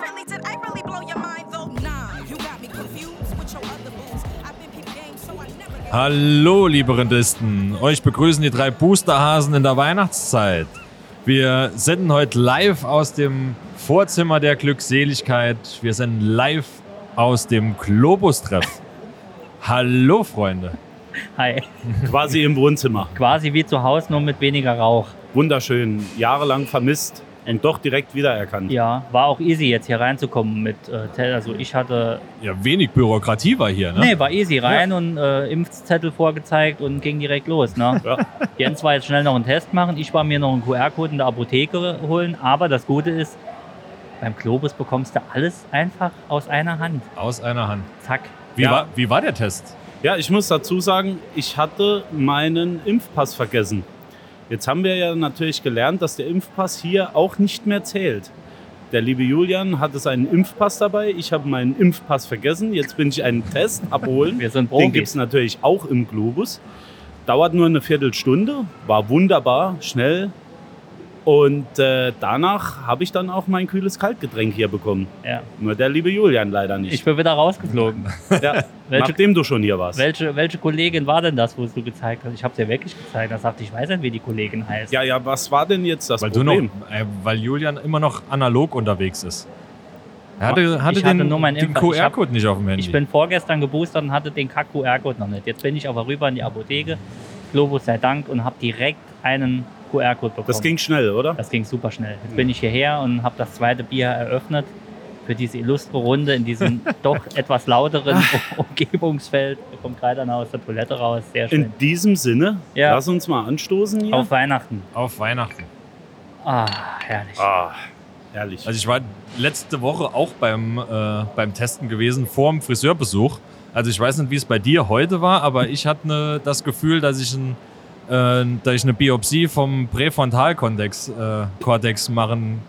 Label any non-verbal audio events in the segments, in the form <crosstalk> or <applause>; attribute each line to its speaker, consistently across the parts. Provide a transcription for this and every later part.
Speaker 1: really, did I really blow your mind though? Nah, you got me confused with your other booze. I've been peep game, so I never get.
Speaker 2: Hallo, liebe Rendisten. Euch begrüßen die drei Boosterhasen in der Weihnachtszeit. Wir senden heute live aus dem Vorzimmer der Glückseligkeit. Wir senden live aus dem Globustreff. Hallo, Freunde.
Speaker 3: Hi.
Speaker 4: Quasi im Wohnzimmer.
Speaker 3: Quasi wie zu Hause, nur mit weniger Rauch.
Speaker 4: Wunderschön. Jahrelang vermisst und doch direkt wiedererkannt.
Speaker 3: Ja, war auch easy jetzt hier reinzukommen mit äh, Tel- Also ich hatte.
Speaker 2: Ja, wenig Bürokratie war hier, ne?
Speaker 3: Nee, war easy rein und äh, Impfzettel vorgezeigt und ging direkt los. Ne?
Speaker 4: Ja.
Speaker 3: Jens war jetzt schnell noch einen Test machen, ich war mir noch einen QR-Code in der Apotheke holen, aber das Gute ist, beim Globus bekommst du alles einfach aus einer Hand.
Speaker 2: Aus einer Hand.
Speaker 3: Zack.
Speaker 2: Wie,
Speaker 4: Ja.
Speaker 2: war, wie war der Test?
Speaker 4: Ja, ich muss dazu sagen, ich hatte meinen Impfpass vergessen. Jetzt haben wir ja natürlich gelernt, dass der Impfpass hier auch nicht mehr zählt. Der liebe Julian hatte seinen Impfpass dabei. Ich habe meinen Impfpass vergessen. Jetzt bin ich einen Test
Speaker 3: <laughs>
Speaker 4: abholen.
Speaker 3: Wir sind
Speaker 4: Den gibt
Speaker 3: Profis.
Speaker 4: es natürlich auch im Globus. Dauert nur eine Viertelstunde, war wunderbar, schnell. Und äh, danach habe ich dann auch mein kühles Kaltgetränk hier bekommen.
Speaker 3: Ja.
Speaker 4: Nur der liebe Julian leider
Speaker 3: Ich
Speaker 4: nicht.
Speaker 3: bin wieder rausgeflogen.
Speaker 4: Ja,
Speaker 3: <laughs> Welche-
Speaker 4: nachdem du schon hier warst.
Speaker 3: Welche, welche Kollegin war denn das, wo du gezeigt hast? Ich habe dir wirklich gezeigt. Da sagte ich, ich weiß nicht, wie die Kollegin heißt.
Speaker 4: Ja, ja, was war denn jetzt das
Speaker 2: Weil, du noch,
Speaker 4: Problem?
Speaker 2: äh, weil Julian immer noch analog unterwegs ist. Er hatte, hatte,
Speaker 3: Ich hatte
Speaker 2: den,
Speaker 3: nur meinen
Speaker 2: den
Speaker 3: Impfpass. Ich hab-
Speaker 2: QR-Code nicht auf dem Handy.
Speaker 3: Ich bin vorgestern geboostert und hatte den Kack-QR-Code noch nicht. Jetzt bin ich aber rüber in die Apotheke, Globus sei Dank, und habe direkt einen QR-Code bekommen.
Speaker 4: das ging schnell, oder?
Speaker 3: das ging super schnell. Jetzt bin ich hierher und habe das zweite Bier eröffnet für diese illustre Runde in diesem doch etwas lauteren <laughs> Um- Umgebungsfeld. Da kommt keiner mehr aus der Toilette raus. Sehr schön.
Speaker 4: In diesem Sinne,
Speaker 3: Ja.
Speaker 4: lass uns mal anstoßen hier.
Speaker 3: Auf Weihnachten.
Speaker 2: auf Weihnachten.
Speaker 3: Ah, herrlich.
Speaker 4: ah, herrlich.
Speaker 2: Also ich war letzte Woche auch beim, äh, beim Testen gewesen, vor dem Friseurbesuch. Also ich weiß nicht, wie es bei dir heute war,
Speaker 3: <laughs>
Speaker 2: aber ich hatte ne, das Gefühl, dass ich, ein, äh, dass ich eine Biopsie vom Präfrontalkortex äh, Kortex machen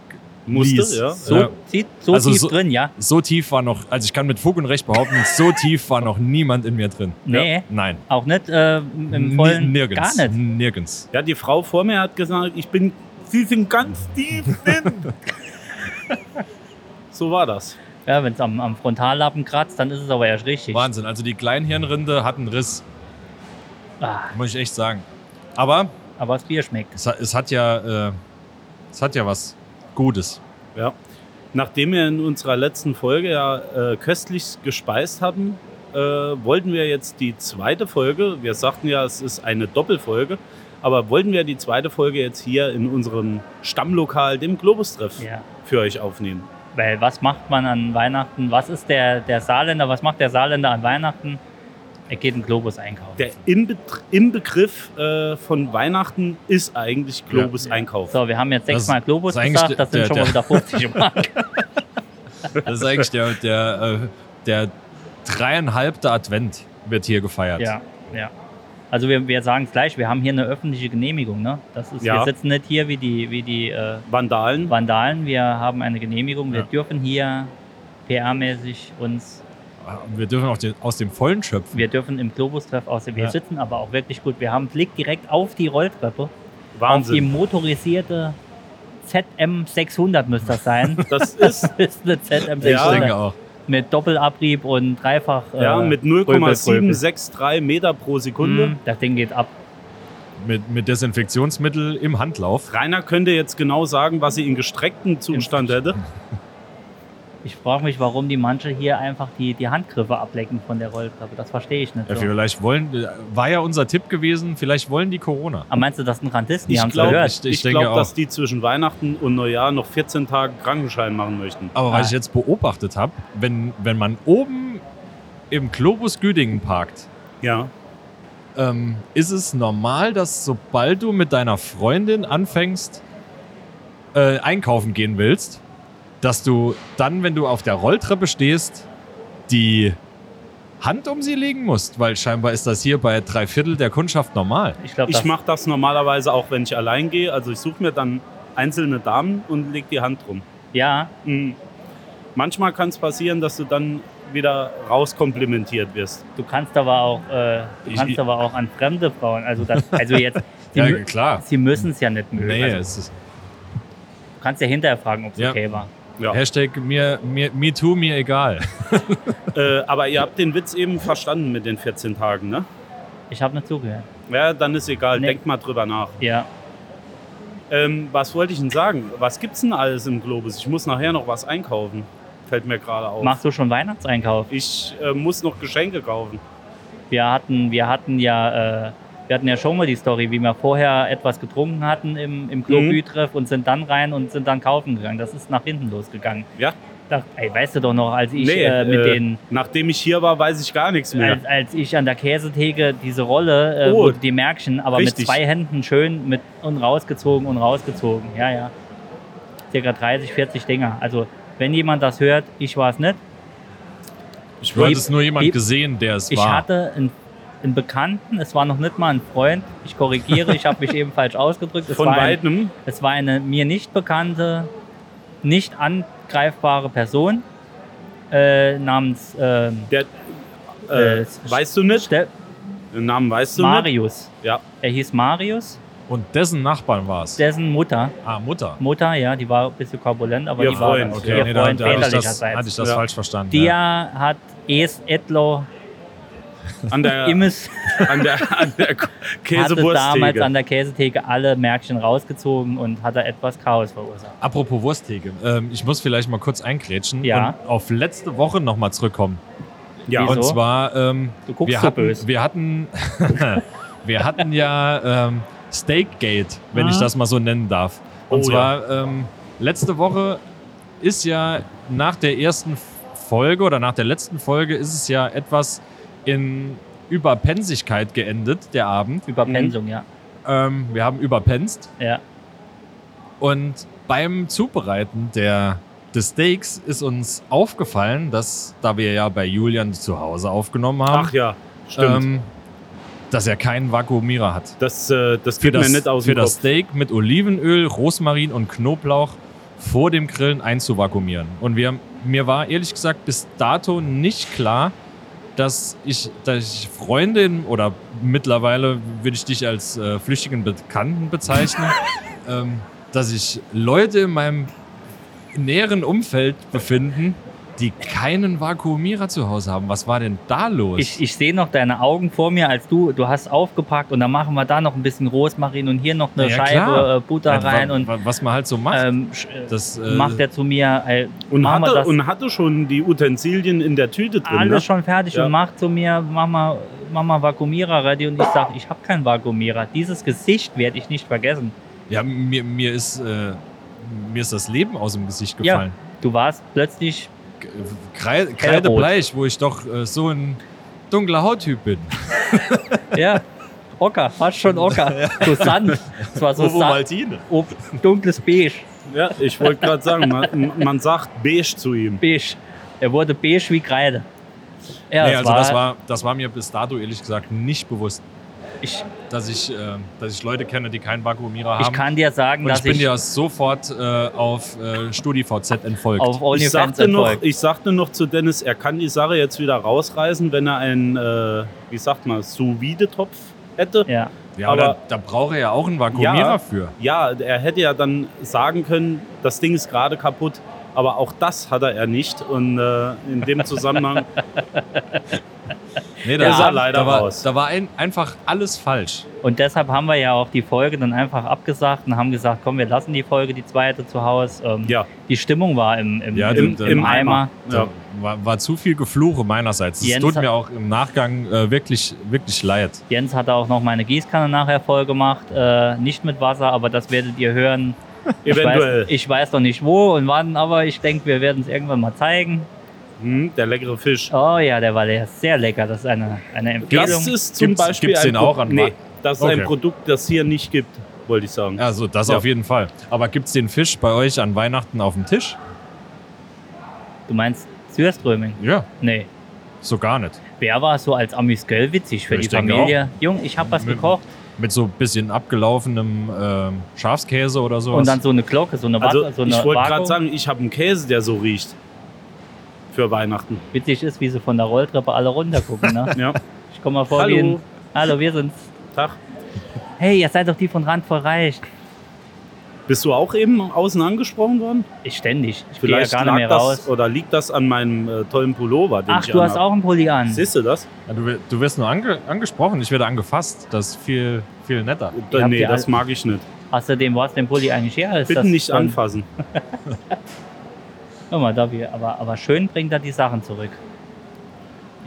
Speaker 4: Musste,
Speaker 2: ließ.
Speaker 4: ja.
Speaker 3: So,
Speaker 2: Ja.
Speaker 3: sieht, so
Speaker 2: Also
Speaker 3: tief
Speaker 2: so-
Speaker 3: drin, ja?
Speaker 2: So tief war noch, also ich kann mit Fug und Recht behaupten,
Speaker 3: <laughs>
Speaker 2: so tief war noch niemand in mir drin.
Speaker 3: Nee.
Speaker 2: Ja. Nein.
Speaker 3: Auch nicht äh, im
Speaker 2: Ni-
Speaker 3: vollen.
Speaker 2: nirgends.
Speaker 3: Gar nicht.
Speaker 2: Nirgends.
Speaker 4: ja, die Frau vor mir hat gesagt, ich bin, sie sind ganz tief
Speaker 2: <laughs>
Speaker 4: drin. so war das.
Speaker 3: Ja, wenn es am, am Frontallappen kratzt, dann ist es aber erst richtig.
Speaker 2: Wahnsinn. Also die Kleinhirnrinde hat einen Riss,
Speaker 3: Ah,
Speaker 2: muss ich echt sagen. Aber
Speaker 3: aber das Bier schmeckt.
Speaker 2: es, hat- es hat ja, äh, es hat ja was Gutes.
Speaker 4: Ja. Nachdem wir in unserer letzten Folge ja äh, köstlich gespeist haben, äh, wollten wir jetzt die zweite Folge, wir sagten ja, es ist eine Doppelfolge, aber wollten wir die zweite Folge jetzt hier in unserem Stammlokal, dem Globustreff,
Speaker 3: Ja.
Speaker 4: für euch aufnehmen.
Speaker 3: Weil was macht man an Weihnachten? Was ist der, der Saarländer? Was macht der Saarländer an Weihnachten? Er geht einen Globus einkaufen.
Speaker 4: Der Inbetr- Inbegriff äh, von Weihnachten ist eigentlich Globus-Einkauf.
Speaker 3: so, wir haben jetzt
Speaker 2: Das-
Speaker 3: sechsmal Globus
Speaker 2: das ist
Speaker 3: gesagt,
Speaker 2: eigentlich
Speaker 3: das sind
Speaker 2: der-
Speaker 3: schon
Speaker 2: der-
Speaker 3: mal
Speaker 2: <laughs>
Speaker 3: wieder 50 Mark.
Speaker 2: Das ist eigentlich der, der, äh, der dreieinhalbte Advent wird hier gefeiert.
Speaker 3: ja, ja. Also wir, wir sagen es gleich, wir haben hier eine öffentliche Genehmigung. Ne? Das ist,
Speaker 4: Ja.
Speaker 3: Wir sitzen nicht hier wie die, wie die äh,
Speaker 4: Vandalen.
Speaker 3: Vandalen, wir haben eine Genehmigung. Wir
Speaker 2: Ja.
Speaker 3: dürfen hier PR-mäßig uns,
Speaker 2: Wir dürfen auch den, aus dem Vollen schöpfen.
Speaker 3: wir dürfen im Globus-Treff aussehen. Wir
Speaker 2: Ja.
Speaker 3: sitzen aber auch wirklich gut. Wir haben einen Blick direkt auf die Rolltreppe. Auf die
Speaker 4: Wahnsinn.
Speaker 3: motorisierte ZM600 müsste das sein.
Speaker 2: <laughs>
Speaker 3: <laughs>
Speaker 4: Das ist
Speaker 3: Das ist eine
Speaker 2: ich
Speaker 4: Ja.
Speaker 2: denke
Speaker 3: ZM600
Speaker 2: auch.
Speaker 3: mit Doppelabrieb und dreifach.
Speaker 4: ja,
Speaker 3: äh,
Speaker 4: mit
Speaker 3: Röpel,
Speaker 4: 0,763 Meter pro Sekunde.
Speaker 3: Röpel. Mhm, Das Ding geht ab.
Speaker 2: Mit, mit Desinfektionsmittel im Handlauf.
Speaker 4: Rainer könnte jetzt genau sagen, was sie in gestrecktem Zustand hätte.
Speaker 3: Ich frage mich, warum die manche hier einfach die, die Handgriffe ablecken von der Rolltreppe. Das verstehe ich nicht.
Speaker 2: Ja,
Speaker 3: so.
Speaker 2: vielleicht wollen, äh, war ja unser Tipp gewesen, vielleicht wollen die Corona.
Speaker 3: Aber meinst du, das sind Randisten? Die
Speaker 4: Ich
Speaker 3: haben es
Speaker 4: glaub
Speaker 3: gehört.
Speaker 2: Ich, ich,
Speaker 4: Ich,
Speaker 2: denke
Speaker 4: glaube,
Speaker 2: auch.
Speaker 4: dass die zwischen Weihnachten und Neujahr noch 14 Tage Krankenschein machen möchten.
Speaker 2: Aber was
Speaker 3: Ah.
Speaker 2: ich jetzt beobachtet habe, wenn, wenn man oben im Globus Güdingen parkt,
Speaker 4: Ja.
Speaker 2: ähm, ist es normal, dass sobald du mit deiner Freundin anfängst, äh, einkaufen gehen willst, dass du dann, wenn du auf der Rolltreppe stehst, die Hand um sie legen musst, weil scheinbar ist das hier bei drei Viertel der Kundschaft normal.
Speaker 3: Ich glaube,
Speaker 4: Ich
Speaker 3: das
Speaker 4: mache das normalerweise auch, wenn ich allein gehe. Also ich suche mir dann einzelne Damen und leg die Hand drum.
Speaker 3: ja,
Speaker 4: Mhm. Manchmal kann es passieren, dass du dann wieder rauskomplimentiert wirst.
Speaker 3: du kannst aber auch, äh, du
Speaker 2: Ich-
Speaker 3: kannst aber auch an fremde Frauen, also das, also jetzt, sie,
Speaker 2: Ja,
Speaker 3: mü-
Speaker 2: klar.
Speaker 3: sie müssen es ja nicht mögen.
Speaker 2: Nee,
Speaker 3: also,
Speaker 2: es ist
Speaker 3: du kannst ja hinterher fragen, ob es
Speaker 2: Ja.
Speaker 3: okay war.
Speaker 4: Ja.
Speaker 2: Hashtag mir, mir, me too, mir egal.
Speaker 4: Äh, aber ihr habt den Witz eben verstanden mit den 14 Tagen, ne?
Speaker 3: Ich habe nicht zugehört.
Speaker 4: Ja, dann ist egal.
Speaker 3: Nee.
Speaker 4: Denkt mal drüber nach.
Speaker 3: Ja,
Speaker 4: Ähm, was wollte ich denn sagen? Was gibt's denn alles im Globus? Ich muss nachher noch was einkaufen. Fällt mir gerade auf.
Speaker 3: machst du schon Weihnachtseinkauf?
Speaker 4: Ich äh, muss noch Geschenke kaufen.
Speaker 3: Wir hatten, wir hatten ja, äh, wir hatten ja schon mal die Story, wie wir vorher etwas getrunken hatten im, im Club
Speaker 4: Mhm.
Speaker 3: Utrecht und sind dann rein und sind dann kaufen gegangen. Das ist nach hinten losgegangen.
Speaker 4: Ja.
Speaker 3: Dacht, ey, weißt du doch noch, als ich
Speaker 4: Nee,
Speaker 3: äh, mit
Speaker 4: äh,
Speaker 3: den
Speaker 4: Nachdem ich hier war, weiß ich gar nichts mehr.
Speaker 3: als, als ich an der Käsetheke diese Rolle, äh,
Speaker 4: Oh.
Speaker 3: wo du die Märkchen, aber mit
Speaker 4: Richtig.
Speaker 3: zwei Händen schön mit und rausgezogen und rausgezogen. Ja, ja. Circa 30, 40 Dinger. Also, wenn jemand das hört, ich war es nicht.
Speaker 2: Ich wollte
Speaker 3: Piep,
Speaker 2: es nur jemand
Speaker 3: piep.
Speaker 2: gesehen, der es
Speaker 3: Ich
Speaker 2: war.
Speaker 3: hatte einen, einen Bekannten, es war noch nicht mal ein Freund. Ich korrigiere, ich habe mich <laughs> eben falsch ausgedrückt. Es
Speaker 4: Von
Speaker 3: war ein,
Speaker 4: weitem.
Speaker 3: Es war eine mir nicht bekannte, nicht angreifbare Person äh, namens ähm,
Speaker 4: Der, äh,
Speaker 3: Äh,
Speaker 4: weißt du nicht?
Speaker 3: Ste-
Speaker 4: Den Namen weißt du nicht?
Speaker 3: Marius.
Speaker 4: Ja.
Speaker 3: <laughs> Er hieß Marius,
Speaker 2: Und dessen Nachbarn war es.
Speaker 3: dessen Mutter.
Speaker 2: Ah, Mutter.
Speaker 3: Mutter, ja, die war ein bisschen korpulent, aber
Speaker 4: Ihr
Speaker 3: die
Speaker 4: Freund,
Speaker 3: war
Speaker 4: okay.
Speaker 3: ihr
Speaker 2: nee, da,
Speaker 3: Freund
Speaker 2: da hatte ich das,
Speaker 3: väterlicherseits.
Speaker 2: hatte ich das
Speaker 4: Ja.
Speaker 2: falsch verstanden.
Speaker 3: Der
Speaker 2: ja.
Speaker 3: hat Es Edlo
Speaker 4: An der,
Speaker 3: Immes
Speaker 4: an der, an
Speaker 3: <laughs>
Speaker 4: der
Speaker 3: hatte damals
Speaker 4: Käsewursttheke.
Speaker 3: an der Käsetheke alle Märkchen rausgezogen und hat da etwas Chaos verursacht.
Speaker 2: Apropos Wursttheke, ähm, ich muss vielleicht mal kurz eingrätschen
Speaker 3: Ja.
Speaker 2: und auf letzte Woche nochmal zurückkommen.
Speaker 4: Ja,
Speaker 3: Wieso?
Speaker 2: Und zwar, ähm,
Speaker 3: Du guckst
Speaker 2: wir,
Speaker 3: so
Speaker 2: hatten,
Speaker 3: böse.
Speaker 2: wir hatten, <laughs> wir hatten ja ähm, Steakgate, wenn ich das mal so nennen darf. Und
Speaker 4: Oh,
Speaker 2: zwar ähm, letzte Woche ist ja nach der ersten Folge oder nach der letzten Folge ist es ja etwas in Überpensigkeit geendet, der Abend.
Speaker 3: Überpensung, ja.
Speaker 2: Ähm, wir haben überpenst.
Speaker 3: ja.
Speaker 2: Und beim Zubereiten der, des Steaks ist uns aufgefallen, dass, da wir ja bei Julian zu Hause aufgenommen haben,
Speaker 4: Ach ja, stimmt.
Speaker 2: ähm, dass er keinen Vakuumierer hat.
Speaker 4: das, äh, das
Speaker 2: Für,
Speaker 4: geht
Speaker 2: das,
Speaker 4: mir nicht aus
Speaker 2: für
Speaker 4: dem
Speaker 2: das
Speaker 4: Kopf.
Speaker 2: Steak mit Olivenöl, Rosmarin und Knoblauch vor dem Grillen einzuvakuumieren. Und wir, mir war ehrlich gesagt bis dato nicht klar, dass ich, dass ich Freundin oder mittlerweile würde ich dich als äh, flüchtigen Bekannten bezeichnen,
Speaker 3: <laughs>
Speaker 2: ähm, dass ich Leute in meinem näheren Umfeld befinden, die keinen Vakuumierer zu Hause haben. Was war denn da los?
Speaker 3: Ich, ich sehe noch deine Augen vor mir, als du, du hast aufgepackt und dann machen wir da noch ein bisschen Rosmarin und hier noch eine
Speaker 2: Na ja,
Speaker 3: Scheibe
Speaker 2: klar.
Speaker 3: äh, Butter
Speaker 2: Wa-
Speaker 3: rein und
Speaker 2: wa- was man halt so macht.
Speaker 3: ähm, sch- äh,
Speaker 2: das, äh,
Speaker 3: macht er zu mir, ey,
Speaker 4: Und
Speaker 3: machen wir
Speaker 4: hatte,
Speaker 3: das
Speaker 4: und hatte schon die Utensilien in der Tüte drin.
Speaker 3: alles
Speaker 4: ne?
Speaker 3: schon fertig
Speaker 4: Ja.
Speaker 3: und macht zu mir, mach mal, mach mal Vakuumierer ready und ich sage, ich habe keinen Vakuumierer. Dieses Gesicht werde ich nicht vergessen.
Speaker 2: Ja, mir, mir, ist, äh, mir ist das Leben aus dem Gesicht gefallen.
Speaker 3: Du warst plötzlich
Speaker 2: Ja. Kreide, kreidebleich, wo ich doch äh, so ein dunkler Hauttyp bin.
Speaker 3: Ja, Ocker, fast schon Ocker. So Sand. Es war so Sand.
Speaker 2: Maltine.
Speaker 3: Oh, dunkles Beige.
Speaker 4: Ja, ich wollte gerade sagen, man, man sagt beige zu ihm.
Speaker 3: Beige. Er wurde beige wie Kreide. Ja,
Speaker 2: nee,
Speaker 3: es
Speaker 2: also das, war, das war mir bis dato ehrlich gesagt nicht bewusst,
Speaker 3: ich,
Speaker 2: dass ich, äh, dass ich Leute kenne, die keinen Vakuumierer haben.
Speaker 3: ich kann dir sagen,
Speaker 2: Und ich
Speaker 3: dass
Speaker 2: bin
Speaker 3: ich
Speaker 2: ja sofort äh, auf äh, StudiVZ entfolgt.
Speaker 3: auf
Speaker 4: Ich
Speaker 3: OnlyFans
Speaker 4: sagte, noch,
Speaker 3: entfolgt.
Speaker 4: ich sagte noch zu Dennis, er kann die Sache jetzt wieder rausreißen, wenn er einen, äh, wie sagt man, Sous-Vide-Topf hätte.
Speaker 3: Ja.
Speaker 2: ja, aber
Speaker 4: aber-
Speaker 2: da, da braucht er ja auch einen Vakuumierer
Speaker 4: Ja.
Speaker 2: für.
Speaker 4: Ja, er hätte ja dann sagen können, das Ding ist gerade kaputt, aber auch das hat er ja nicht. Und äh, in dem
Speaker 2: <laughs>
Speaker 4: Zusammenhang,
Speaker 2: Nee,
Speaker 4: Der sah
Speaker 2: war-
Speaker 4: leider
Speaker 2: da war,
Speaker 4: raus.
Speaker 2: Da war ein, einfach alles falsch.
Speaker 3: Und deshalb haben wir ja auch die Folge dann einfach abgesagt und haben gesagt, komm, wir lassen die Folge, die zweite zu Hause. Ähm,
Speaker 4: ja,
Speaker 3: Die Stimmung war im, im,
Speaker 2: Ja,
Speaker 3: im,
Speaker 2: du-
Speaker 3: im,
Speaker 2: im
Speaker 3: Eimer.
Speaker 4: ja.
Speaker 2: War, war zu viel Gefluche meinerseits. Es
Speaker 3: Jens
Speaker 2: tut
Speaker 3: hat-
Speaker 2: mir auch im Nachgang äh, wirklich, wirklich leid.
Speaker 3: Jens hat auch noch meine Gießkanne nachher voll gemacht. Äh, nicht mit Wasser, aber das werdet ihr hören.
Speaker 4: eventuell.
Speaker 3: Ich weiß, ich weiß noch nicht wo und wann, aber ich denke, wir werden es irgendwann mal zeigen.
Speaker 4: Hm, der leckere Fisch.
Speaker 3: Oh ja, der war der ist sehr lecker. Das ist eine, eine Empfehlung.
Speaker 4: Das ist zum
Speaker 2: Gibt's-
Speaker 4: Beispiel
Speaker 2: gibt's
Speaker 4: ein
Speaker 2: den auch an-
Speaker 4: nee, das ist ein
Speaker 2: Okay.
Speaker 4: Produkt, das hier nicht gibt, wollte ich sagen.
Speaker 2: Also das
Speaker 4: Ja.
Speaker 2: auf jeden Fall. Aber gibt es den Fisch bei euch an Weihnachten auf dem Tisch?
Speaker 3: Du meinst Sürströming?
Speaker 2: Ja.
Speaker 3: Nee.
Speaker 2: So gar nicht.
Speaker 3: Wer war so als Amis Girl witzig für
Speaker 2: Ich
Speaker 3: die
Speaker 2: denke
Speaker 3: Familie? Jung, ich habe was
Speaker 2: Mit-
Speaker 3: gekocht.
Speaker 2: Mit so ein bisschen abgelaufenem ähm, Schafskäse oder sowas.
Speaker 3: Und dann so eine Glocke, so eine
Speaker 4: Also
Speaker 3: Wasser, so eine
Speaker 4: ich wollte gerade
Speaker 3: Vakuum.
Speaker 4: sagen, ich habe einen Käse, der so riecht. Für Weihnachten.
Speaker 3: Witzig ist, wie sie von der Rolltreppe alle runtergucken.
Speaker 4: <laughs>
Speaker 3: Ne? <laughs>
Speaker 4: Ja.
Speaker 3: Ich komme mal vor,
Speaker 4: Hallo.
Speaker 3: wie ein- Hallo, wir sind's.
Speaker 4: Tag.
Speaker 3: Hey, ihr seid doch die von Rand voll reich.
Speaker 4: Bist du auch eben außen angesprochen worden?
Speaker 3: Ich ständig. Ich gehe ja
Speaker 4: Vielleicht
Speaker 3: gar nicht mehr
Speaker 4: lag
Speaker 3: raus.
Speaker 4: das oder liegt das an meinem äh, tollen Pullover, den
Speaker 3: Ach,
Speaker 4: ich
Speaker 3: du hast
Speaker 4: anhab.
Speaker 3: auch einen Pulli an.
Speaker 4: Siehst du das?
Speaker 2: Ja, du, wi- du wirst nur ange angesprochen, ich werde angefasst. Das ist viel, viel netter.
Speaker 3: habt
Speaker 4: Äh, nee,
Speaker 3: ihr
Speaker 4: das
Speaker 3: alle-
Speaker 4: mag ich nicht.
Speaker 3: Hast du den, wo hast du den Pulli eigentlich her? Ist
Speaker 4: Bitte
Speaker 3: das
Speaker 4: nicht
Speaker 3: von-
Speaker 4: anfassen.
Speaker 3: Guck mal, Dobby, aber, aber schön bringt er die Sachen zurück.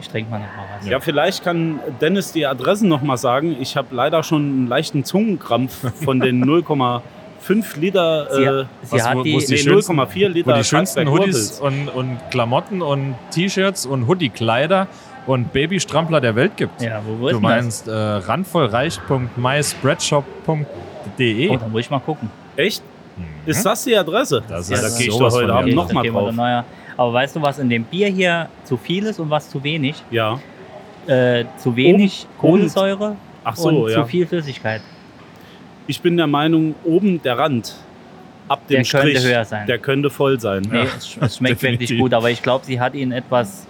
Speaker 3: Ich trinke mal noch mal was.
Speaker 4: Ja, vielleicht kann Dennis die Adressen nochmal sagen. Ich habe leider schon einen leichten Zungenkrampf
Speaker 3: <laughs>
Speaker 4: von den 0,5 Liter.
Speaker 3: Sie,
Speaker 4: Äh,
Speaker 3: sie
Speaker 2: was,
Speaker 3: hat
Speaker 2: wo-
Speaker 3: die,
Speaker 2: wo ist die
Speaker 4: nee,
Speaker 2: schönsten-
Speaker 4: 0,4 Liter.
Speaker 2: Wo die schönsten
Speaker 4: Carlsberg
Speaker 2: Hoodies
Speaker 4: Gurtels.
Speaker 2: und, und Klamotten und T-Shirts und Hoodie-Kleider und Babystrampler der Welt gibt.
Speaker 3: ja, wo wo ist
Speaker 2: du
Speaker 3: denn
Speaker 2: meinst äh, randvollreich.myspreadshop.de.
Speaker 3: das? Oh, da muss ich mal gucken.
Speaker 4: Echt? Ist das die Adresse?
Speaker 2: Das
Speaker 4: ja,
Speaker 3: Hm? ist
Speaker 4: da gehe ich
Speaker 2: sowas
Speaker 4: doch
Speaker 2: von
Speaker 4: heute
Speaker 2: der
Speaker 4: Abend
Speaker 2: Idee.
Speaker 4: nochmal
Speaker 3: Okay, mal
Speaker 4: drauf.
Speaker 3: ein neuer. Aber weißt du, was in dem Bier hier zu viel ist und was zu wenig?
Speaker 4: Ja.
Speaker 3: Äh, zu wenig
Speaker 4: Und- und-
Speaker 3: Kohlensäure
Speaker 4: Ach so,
Speaker 3: und
Speaker 4: ja.
Speaker 3: zu viel Flüssigkeit.
Speaker 4: Ich bin der Meinung, oben der Rand, ab
Speaker 3: Der
Speaker 4: dem
Speaker 3: könnte
Speaker 4: Strich,
Speaker 3: höher sein.
Speaker 4: der könnte voll sein.
Speaker 3: Nee, es, sch-
Speaker 4: <laughs>
Speaker 3: es schmeckt wirklich
Speaker 2: definitiv.
Speaker 3: gut, aber ich glaube, sie hat ihn etwas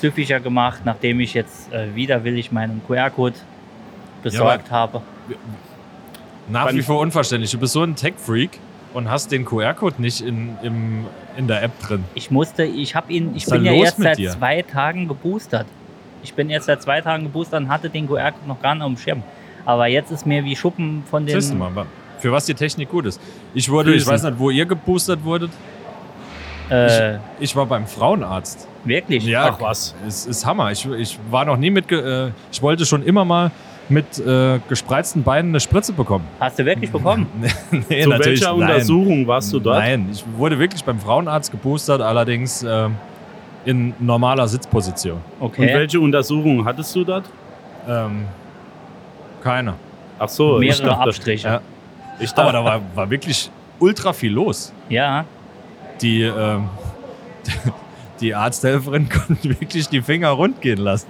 Speaker 3: süffischer gemacht, nachdem ich jetzt äh, widerwillig meinen QR-Code besorgt habe.
Speaker 2: Nach
Speaker 4: Wann-
Speaker 2: wie vor unverständlich. Du bist so ein Tech-Freak und hast den QR-Code nicht in, im, in der App drin.
Speaker 3: Ich musste, ich habe ihn, ich
Speaker 2: Was ist
Speaker 3: bin
Speaker 2: da
Speaker 3: ja
Speaker 2: los
Speaker 3: erst
Speaker 2: mit
Speaker 3: seit
Speaker 2: dir?
Speaker 3: zwei Tagen geboostert. Ich bin erst seit zwei Tagen geboostert und hatte den QR-Code noch gar nicht auf dem Schirm. Aber jetzt ist mir wie Schuppen von den.
Speaker 2: Siehst du mal, wa- für was die Technik gut ist. Ich wurde, ich
Speaker 4: Füßen.
Speaker 2: weiß nicht, wo ihr geboostert wurdet.
Speaker 3: Äh,
Speaker 2: Ich war beim Frauenarzt.
Speaker 3: wirklich?
Speaker 2: Ja,
Speaker 4: Ach was.
Speaker 2: Es ist Hammer. Ich, ich war noch nie mit. Ge äh, ich wollte schon immer mal mit äh, gespreizten Beinen eine Spritze bekommen.
Speaker 3: Hast du wirklich bekommen?
Speaker 2: <laughs> nee,
Speaker 4: Zu welcher Untersuchung warst du dort?
Speaker 2: Nein, ich wurde wirklich beim Frauenarzt geboostert, allerdings ähm, in normaler Sitzposition.
Speaker 4: Und
Speaker 3: Okay.
Speaker 4: welche Untersuchung hattest du dort?
Speaker 2: Ähm, keine.
Speaker 4: Ach so, ich
Speaker 3: Mehrere
Speaker 4: dachte,
Speaker 3: Abstriche.
Speaker 2: Ja.
Speaker 4: ich
Speaker 2: Aber
Speaker 4: dachte,
Speaker 2: da war, war wirklich ultra viel los.
Speaker 3: ja.
Speaker 2: Die, ähm, <laughs> die Arzthelferin <laughs> konnte wirklich die Finger rund gehen lassen.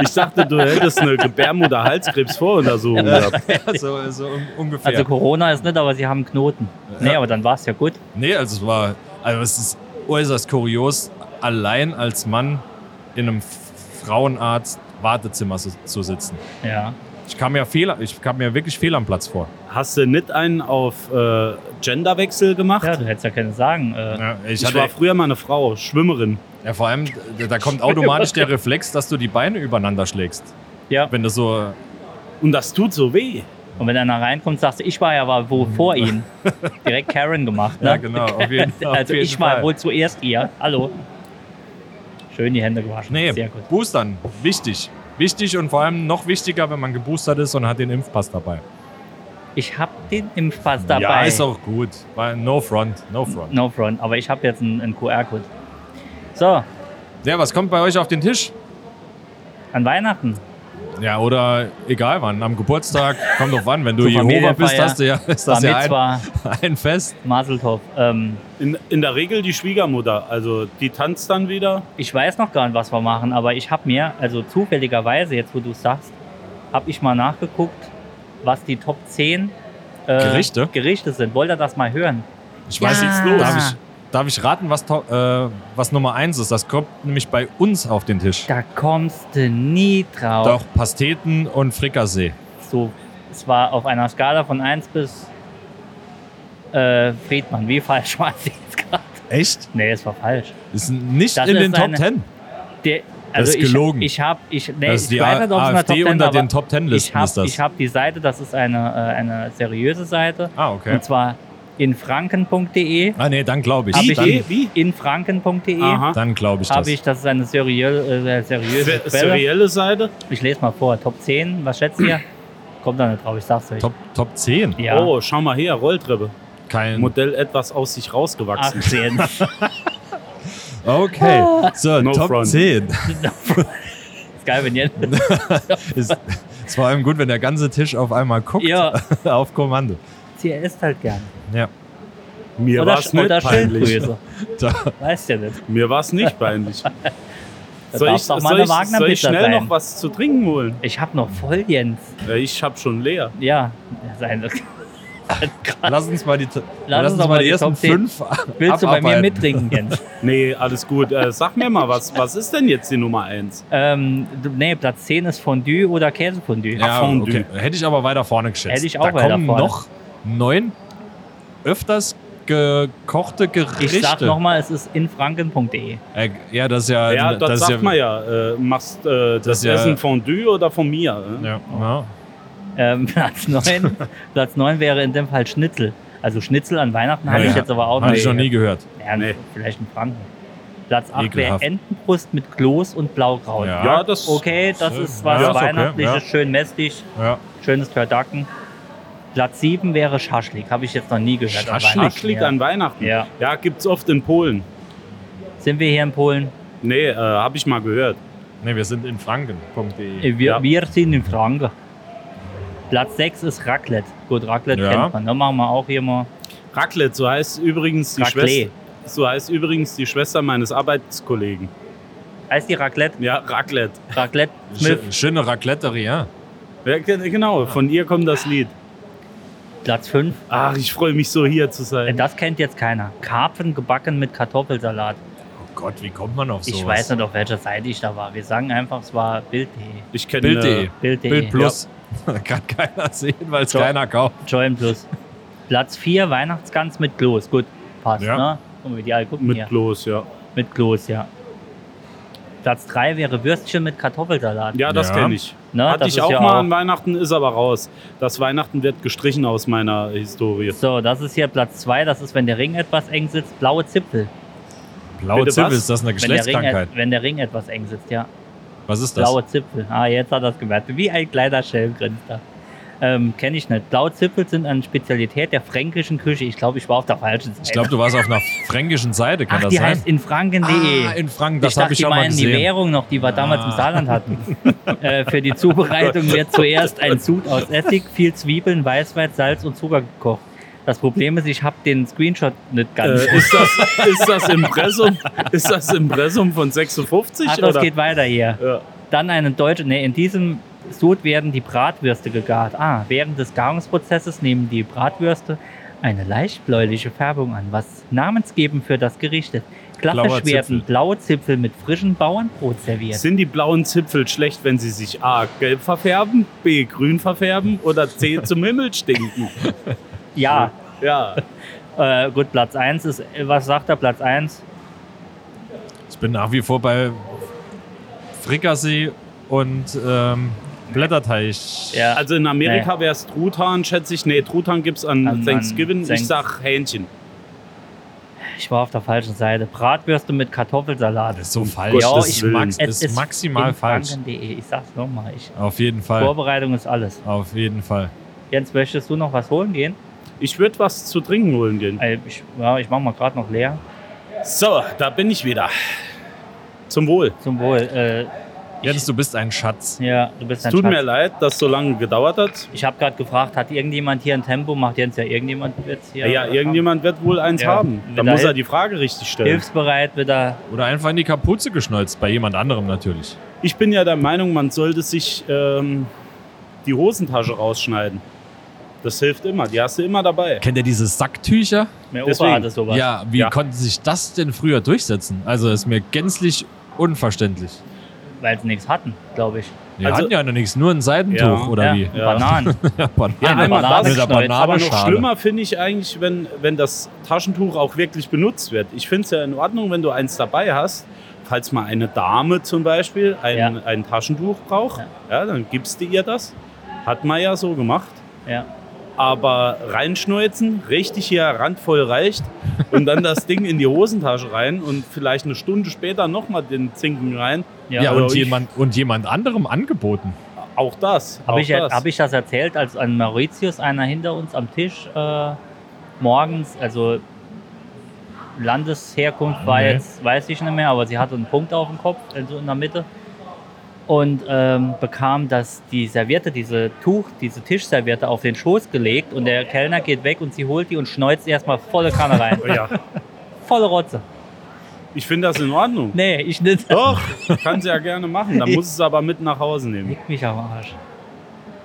Speaker 4: ich dachte, du
Speaker 3: <laughs>
Speaker 4: hättest eine Gebärmutter-Halskrebs-Voruntersuchung gehabt.
Speaker 2: Ja, so, so un- ungefähr.
Speaker 3: Also Corona ist nicht, aber sie haben Knoten. Nee, aber dann war es ja gut.
Speaker 2: nee, also es war, also es ist äußerst kurios, allein als Mann in einem Frauenarzt Wartezimmer zu, zu sitzen.
Speaker 3: Ja.
Speaker 2: Ich kam mir fehl, ich kam mir wirklich fehl am Platz vor.
Speaker 4: Hast du nicht einen auf äh, Genderwechsel gemacht?
Speaker 3: Ja, du hättest ja können sagen. Äh,
Speaker 2: Ja,
Speaker 4: Ich, war früher mal eine Frau, Schwimmerin.
Speaker 2: Ja, vor allem, da- da kommt automatisch <laughs> der Reflex, dass du die Beine übereinander schlägst.
Speaker 3: Ja.
Speaker 2: Wenn du so.
Speaker 4: Und das tut so weh.
Speaker 3: Und wenn einer reinkommt, sagst du, ich war ja war wo
Speaker 2: <laughs>
Speaker 3: vor ihm. Direkt Karen gemacht. Ne?
Speaker 2: Mhm. Ja, genau. <laughs> Auf jeden, auf
Speaker 3: Also
Speaker 2: jeden
Speaker 3: ich war
Speaker 2: Fall.
Speaker 3: wohl zuerst ihr. Hallo. Schön die Hände gewaschen.
Speaker 2: Nee,
Speaker 3: Sehr gut.
Speaker 2: boostern. Wichtig. Wichtig und vor allem noch wichtiger, wenn man geboostert ist und hat den Impfpass dabei.
Speaker 3: Ich habe den Impfpass dabei.
Speaker 2: Ja, ist auch gut. Weil no front, no front.
Speaker 3: No front, aber ich habe jetzt einen, einen QR-Code. So,
Speaker 2: Ja, was kommt bei euch auf den Tisch?
Speaker 3: an Weihnachten.
Speaker 2: Ja, oder egal wann. Am Geburtstag, kommt drauf an. Wenn du
Speaker 3: <laughs> Zur
Speaker 2: Jehova bist,
Speaker 3: Familienfeier.
Speaker 2: hast du ja, <laughs> ist das
Speaker 3: War
Speaker 2: ja
Speaker 3: mit
Speaker 2: ein,
Speaker 3: zwar
Speaker 2: <laughs> ein Fest.
Speaker 3: Maseltov. Ähm,
Speaker 4: In, in der Regel die Schwiegermutter. Also die tanzt dann wieder.
Speaker 3: ich weiß noch gar nicht, was wir machen, aber ich habe mir, also zufälligerweise, jetzt wo du sagst, habe ich mal nachgeguckt, was die Top 10 äh,
Speaker 2: Gerichte?
Speaker 3: Gerichte sind. Wollt ihr das mal hören?
Speaker 2: Ich weiß
Speaker 5: Ja.
Speaker 2: jetzt los. Darf
Speaker 3: Ah.
Speaker 2: ich, darf ich raten, was, to- äh, was Nummer eins ist? Das kommt nämlich bei uns auf den Tisch.
Speaker 3: Da kommst du nie drauf.
Speaker 2: Doch, Pasteten und Frikassee.
Speaker 3: So, es war auf einer Skala von 1 bis äh, Friedmann. Wie falsch <laughs> war es jetzt gerade?
Speaker 2: Echt?
Speaker 3: Nee, es war falsch.
Speaker 2: Ist nicht
Speaker 3: Das
Speaker 2: in
Speaker 3: ist
Speaker 2: den Top
Speaker 3: eine-
Speaker 2: Ten.
Speaker 3: Der,
Speaker 2: Das
Speaker 3: also
Speaker 2: ist gelogen.
Speaker 3: Ich, ich habe, ich, nee,
Speaker 2: das ist
Speaker 3: ich
Speaker 2: die
Speaker 3: weiß
Speaker 2: A
Speaker 3: nicht, ob es eine Top
Speaker 2: AfD
Speaker 3: 10
Speaker 2: unter
Speaker 3: aber
Speaker 2: den Top
Speaker 3: ich
Speaker 2: Ten-Listen
Speaker 3: hab-
Speaker 2: ist das.
Speaker 3: Ich habe die Seite, das ist eine, äh, eine seriöse Seite.
Speaker 2: ah, okay.
Speaker 3: Und zwar infranken.de.
Speaker 2: Ah, nee, dann glaube ich.
Speaker 3: Hab ich
Speaker 2: dann
Speaker 3: eh-
Speaker 4: Wie?
Speaker 3: Infranken.de
Speaker 4: Aha.
Speaker 2: dann glaube ich das.
Speaker 3: habe ich, das ist eine seriöse, äh, seriöse
Speaker 4: Se-
Speaker 3: Quelle.
Speaker 4: Serielle Seite?
Speaker 3: Ich lese mal vor, Top 10, was schätzt ihr? Kommt da nicht drauf, ich sag's euch.
Speaker 2: Top, Top 10.
Speaker 3: ja.
Speaker 4: Oh, schau mal her, Rolltreppe.
Speaker 2: Kein.
Speaker 4: Modell etwas aus sich rausgewachsen.
Speaker 3: 18.
Speaker 2: Okay.
Speaker 3: Ah.
Speaker 2: So,
Speaker 4: No
Speaker 2: Top
Speaker 4: front.
Speaker 2: 10.
Speaker 3: <laughs> Ist geil, wenn ihr.
Speaker 2: <laughs> Ist, ist vor allem gut, wenn der ganze Tisch auf einmal guckt.
Speaker 3: Ja.
Speaker 2: <laughs> auf Kommando.
Speaker 3: Ihr esst halt gern.
Speaker 2: Ja.
Speaker 4: <laughs> Mir
Speaker 3: Oder,
Speaker 4: war es nicht
Speaker 3: oder
Speaker 4: peinlich.
Speaker 3: Schildgröße.
Speaker 2: Da,
Speaker 3: Weißt ja nicht.
Speaker 4: Mir war es nicht peinlich.
Speaker 3: <laughs> Da
Speaker 4: Soll ich,
Speaker 3: darf's auch mal
Speaker 4: soll
Speaker 3: eine
Speaker 4: ich, soll ich
Speaker 3: Wagner-Pizza
Speaker 4: schnell
Speaker 3: sein.
Speaker 4: noch was zu trinken holen?
Speaker 3: Ich hab noch voll, Jens.
Speaker 4: Ja, ich habe schon leer.
Speaker 3: Ja, sein.
Speaker 2: <laughs> Lass uns mal die, lass uns
Speaker 3: doch
Speaker 2: mal die
Speaker 3: Top
Speaker 2: ersten
Speaker 3: zehn.
Speaker 2: fünf
Speaker 3: Willst du bei mir
Speaker 2: abarbeiten.
Speaker 3: mittrinken, Jens?
Speaker 2: <laughs>
Speaker 4: Nee, alles gut. Äh, sag mir mal, was, was ist denn jetzt die Nummer 1?
Speaker 3: ähm, du- nee, Platz 10 ist Fondue oder Käsefondue.
Speaker 2: Ja,
Speaker 4: Fondue.
Speaker 2: okay. Hätte ich aber weiter vorne geschätzt.
Speaker 3: Hätte ich auch
Speaker 2: da
Speaker 3: weiter
Speaker 2: kommen
Speaker 3: vorne.
Speaker 2: noch neun öfters gekochte Gerichte.
Speaker 3: ich sag nochmal, es ist infranken.de.
Speaker 2: Äh, ja, das ist ja...
Speaker 4: ja, das,
Speaker 2: ist
Speaker 4: sagt man ja. Äh, machst äh, das,
Speaker 2: ist ja-
Speaker 4: Essen Fondue oder von mir? äh?
Speaker 2: Ja, ja.
Speaker 3: Ähm, <laughs> Platz 9 Platz 9 wäre in dem Fall Schnitzel. Also Schnitzel an Weihnachten habe
Speaker 2: Ja,
Speaker 3: ich
Speaker 2: ja.
Speaker 3: jetzt aber auch
Speaker 2: Habe ich noch nie gehört.
Speaker 3: Ja,
Speaker 4: Nee.
Speaker 3: Vielleicht in Franken. Platz 8 wäre
Speaker 2: Ekelhaft.
Speaker 3: Entenbrust mit Kloß und Blaukraut.
Speaker 2: Ja.
Speaker 4: Ja, das
Speaker 3: Okay, das
Speaker 2: Ja,
Speaker 3: ist was
Speaker 2: ist okay,
Speaker 3: Weihnachtliches,
Speaker 2: ja.
Speaker 3: schön mästig,
Speaker 2: Ja.
Speaker 3: schönes Tördacken. Platz 7 wäre Schaschlik, habe ich jetzt noch nie gehört. an
Speaker 2: Schaschlik?
Speaker 3: Weihnachten.
Speaker 4: Schaschlik
Speaker 3: ja.
Speaker 4: an Weihnachten.
Speaker 3: Ja.
Speaker 4: ja, gibt's oft in Polen.
Speaker 3: Sind wir hier in Polen?
Speaker 4: Nee, äh, habe ich mal gehört.
Speaker 2: Nee, wir sind in franken.de.
Speaker 3: Äh, Wir,
Speaker 4: Ja.
Speaker 3: wir sind in Franken. Platz 6 ist Raclette. Gut, Raclette
Speaker 2: Ja.
Speaker 3: kennt man. Da machen wir auch hier mal
Speaker 4: Raclette, so heißt übrigens die
Speaker 3: Raclette.
Speaker 4: Schwester. So heißt übrigens die Schwester meines Arbeitskollegen.
Speaker 3: Heißt die Raclette?
Speaker 4: Ja, Raclette.
Speaker 3: Raclette Smith.
Speaker 2: Sch- Schöne Racletterie, ja.
Speaker 4: Ja, ge- genau, von ihr kommt das Lied.
Speaker 3: Platz 5.
Speaker 4: Ach, ich freue mich so hier zu sein.
Speaker 3: Das kennt jetzt keiner. Karpfen gebacken mit Kartoffelsalat.
Speaker 2: Oh Gott, wie kommt man auf sowas?
Speaker 3: Ich weiß nicht, auf welcher Seite ich da war. Wir sagen einfach, es war Bild.de.
Speaker 4: Ich äh, kenne
Speaker 2: Bild.de.
Speaker 3: Bild.de.
Speaker 2: Bild Plus. <laughs> Kann keiner sehen, weil es
Speaker 3: So.
Speaker 2: keiner kauft.
Speaker 3: Join Plus. Platz 4, Weihnachtsgans mit Kloß. Gut, passt,
Speaker 2: Ja.
Speaker 3: ne? Guck mal, wie die alle
Speaker 4: äh,
Speaker 3: gucken
Speaker 4: mit
Speaker 3: hier.
Speaker 4: Kloß, ja.
Speaker 3: mit Kloß, ja. Platz 3 wäre Würstchen mit Kartoffelsalat.
Speaker 4: Ja, das
Speaker 2: Ja.
Speaker 4: kenne ich.
Speaker 3: Na,
Speaker 4: Hatte
Speaker 3: das
Speaker 4: ich
Speaker 3: ist
Speaker 4: auch
Speaker 3: ja
Speaker 4: mal
Speaker 3: auch-
Speaker 4: an Weihnachten, ist aber raus. Das Weihnachten wird gestrichen aus meiner
Speaker 3: <laughs>
Speaker 4: Historie.
Speaker 3: So, das ist hier Platz 2. Das ist, wenn der Ring etwas eng sitzt, blaue Zipfel.
Speaker 2: Blaue
Speaker 4: Bitte was?
Speaker 2: Zipfel, ist das eine
Speaker 3: Wenn der, Ring,
Speaker 2: Geschlechtskrankheit?
Speaker 3: wenn der Ring etwas eng sitzt, ja.
Speaker 2: Was ist das?
Speaker 3: Blaue Zipfel. Ah, jetzt hat das gemerkt. Wie ein kleiner Schelm grinst er. Ähm, Kenne ich nicht. Blaue Zipfel sind eine Spezialität der fränkischen Küche. Ich glaube, ich war auf der falschen Seite.
Speaker 2: Ich glaube, du warst auf einer fränkischen Seite, kann
Speaker 3: Ach,
Speaker 2: das
Speaker 3: die
Speaker 2: sein?
Speaker 3: heißt in Franken.de.
Speaker 2: ah, in Franken, das
Speaker 3: ich dachte,
Speaker 2: habe ich
Speaker 3: die
Speaker 2: schon mal
Speaker 3: meinen die
Speaker 2: gesehen. Ah.
Speaker 3: Währung noch, die wir damals im
Speaker 2: <laughs>
Speaker 3: Saarland hatten. äh, für die Zubereitung wird zuerst ein Sud aus Essig, viel Zwiebeln, Weißwein, Salz und Zucker gekocht. Das Problem ist, ich habe den Screenshot nicht ganz.
Speaker 4: Äh, ist, das, ist, das Impressum, ist das Impressum von 56?
Speaker 3: Ach, Ah, das
Speaker 4: oder?
Speaker 3: geht weiter hier.
Speaker 4: Ja.
Speaker 3: Dann eine deutsche, ne, in diesem Sud werden die Bratwürste gegart. Ah, während des Garungsprozesses nehmen die Bratwürste eine leicht bläuliche Färbung an, was namensgebend für das Gericht ist.
Speaker 2: Blauer
Speaker 3: Klassisch
Speaker 2: Zipfel.
Speaker 3: werden blaue Zipfel mit frischem Bauernbrot serviert.
Speaker 4: Sind die blauen Zipfel schlecht, wenn sie sich A. gelb verfärben, B. grün verfärben oder
Speaker 3: <laughs>
Speaker 4: C. zum Himmel stinken?
Speaker 3: ja,
Speaker 4: Ja,
Speaker 3: äh, gut, Platz 1 ist, äh, was sagt er, Platz 1?
Speaker 2: Ich bin nach wie vor bei Frikassee und ähm, Blätterteig.
Speaker 3: Ja,
Speaker 4: also in Amerika wäre es Truthahn, schätze ich. Nee, Truthahn gibt es an,
Speaker 3: An- an
Speaker 4: Thanksgiving.
Speaker 3: Thanks-
Speaker 4: ich sag Hähnchen.
Speaker 3: ich war auf der falschen Seite. Bratwürste mit Kartoffelsalat.
Speaker 2: Das ist so falsch.
Speaker 3: Ja,
Speaker 2: das
Speaker 3: ich
Speaker 2: ich
Speaker 4: mag-
Speaker 2: mag, ist maximal
Speaker 3: in
Speaker 2: falsch.
Speaker 3: Franken.de. Ich sag's nochmal. Ich,
Speaker 2: Auf jeden Fall.
Speaker 3: Vorbereitung ist alles.
Speaker 2: Auf jeden Fall.
Speaker 3: Jens, möchtest du noch was holen gehen?
Speaker 4: Ich würde was zu trinken holen gehen.
Speaker 3: Äh, Ich, ja, ich mache mal gerade noch leer.
Speaker 4: So, da bin ich wieder. Zum Wohl.
Speaker 3: Zum Wohl. Äh,
Speaker 2: Jens, du bist ein Schatz.
Speaker 3: ja, du bist ein
Speaker 4: Tut
Speaker 3: Schatz.
Speaker 4: mir leid, dass so lange gedauert hat.
Speaker 3: Ich habe gerade gefragt, hat irgendjemand hier ein Tempo? Macht Jens ja irgendjemand jetzt hier?
Speaker 4: Ja, irgendjemand wird wohl eins
Speaker 3: Ja,
Speaker 4: haben. Da
Speaker 3: wieder
Speaker 4: muss er
Speaker 3: Hilf-
Speaker 4: die Frage richtig stellen.
Speaker 3: Hilfsbereit wird er.
Speaker 2: Oder einfach in die Kapuze geschnolzt, bei jemand anderem natürlich.
Speaker 4: Ich bin ja der Meinung, man sollte sich ähm, die Hosentasche rausschneiden. Das hilft immer. Die hast du immer dabei.
Speaker 2: Kennt ihr diese Sacktücher?
Speaker 3: Mein
Speaker 4: Deswegen.
Speaker 3: Opa hatte sowas.
Speaker 2: Ja, wie
Speaker 4: Ja.
Speaker 2: konnte sich das denn früher durchsetzen? Also ist mir gänzlich unverständlich.
Speaker 3: Weil sie nichts hatten, glaube ich.
Speaker 2: Wir
Speaker 4: Also-
Speaker 2: hatten ja noch nichts, nur ein Seidentuch
Speaker 4: Ja.
Speaker 2: oder
Speaker 3: ja,
Speaker 2: wie?
Speaker 4: Ja. <laughs>
Speaker 3: Bananen.
Speaker 2: <laughs> Ja, Banane.
Speaker 4: Ja, einmal
Speaker 3: Banane
Speaker 4: das,
Speaker 2: mit der
Speaker 3: geschnallt.
Speaker 2: Banane.
Speaker 4: Aber noch
Speaker 2: Schade.
Speaker 4: schlimmer finde ich eigentlich, wenn, wenn das Taschentuch auch wirklich benutzt wird. Ich finde es ja in Ordnung, wenn du eins dabei hast. Falls mal eine Dame zum Beispiel ein,
Speaker 3: Ja.
Speaker 4: ein Taschentuch braucht, ja. dann gibst du ihr das. Hat man ja so gemacht.
Speaker 3: Ja.
Speaker 4: Aber reinschneuzen, richtig hier randvoll reicht und dann das Ding in die Hosentasche rein und vielleicht eine Stunde später nochmal den Zinken rein.
Speaker 2: Ja,
Speaker 4: Also
Speaker 2: und,
Speaker 4: ich-
Speaker 2: jemand, und jemand anderem angeboten.
Speaker 4: Auch das. auch
Speaker 3: Habe ich,
Speaker 4: das.
Speaker 3: hab ich das erzählt, als an Mauritius einer hinter uns am Tisch äh, morgens, also Landesherkunft war
Speaker 2: Nee.
Speaker 3: jetzt, weiß ich nicht mehr, aber sie hatte einen Punkt auf dem Kopf, also in der Mitte. Und ähm, bekam das, die Serviette, diese Tuch, diese Tischserviette auf den Schoß gelegt und der Kellner
Speaker 4: <laughs> Oh
Speaker 3: geht weg und sie holt die und schneuzt erstmal volle Kanne rein.
Speaker 4: Ja,
Speaker 3: volle Rotze.
Speaker 4: Ich finde das
Speaker 3: <laughs>
Speaker 4: in Ordnung.
Speaker 3: Nee, ich nicht.
Speaker 4: Doch, kann sie ja gerne machen. Dann muss es aber mit nach Hause nehmen.
Speaker 3: Leck mich am Arsch.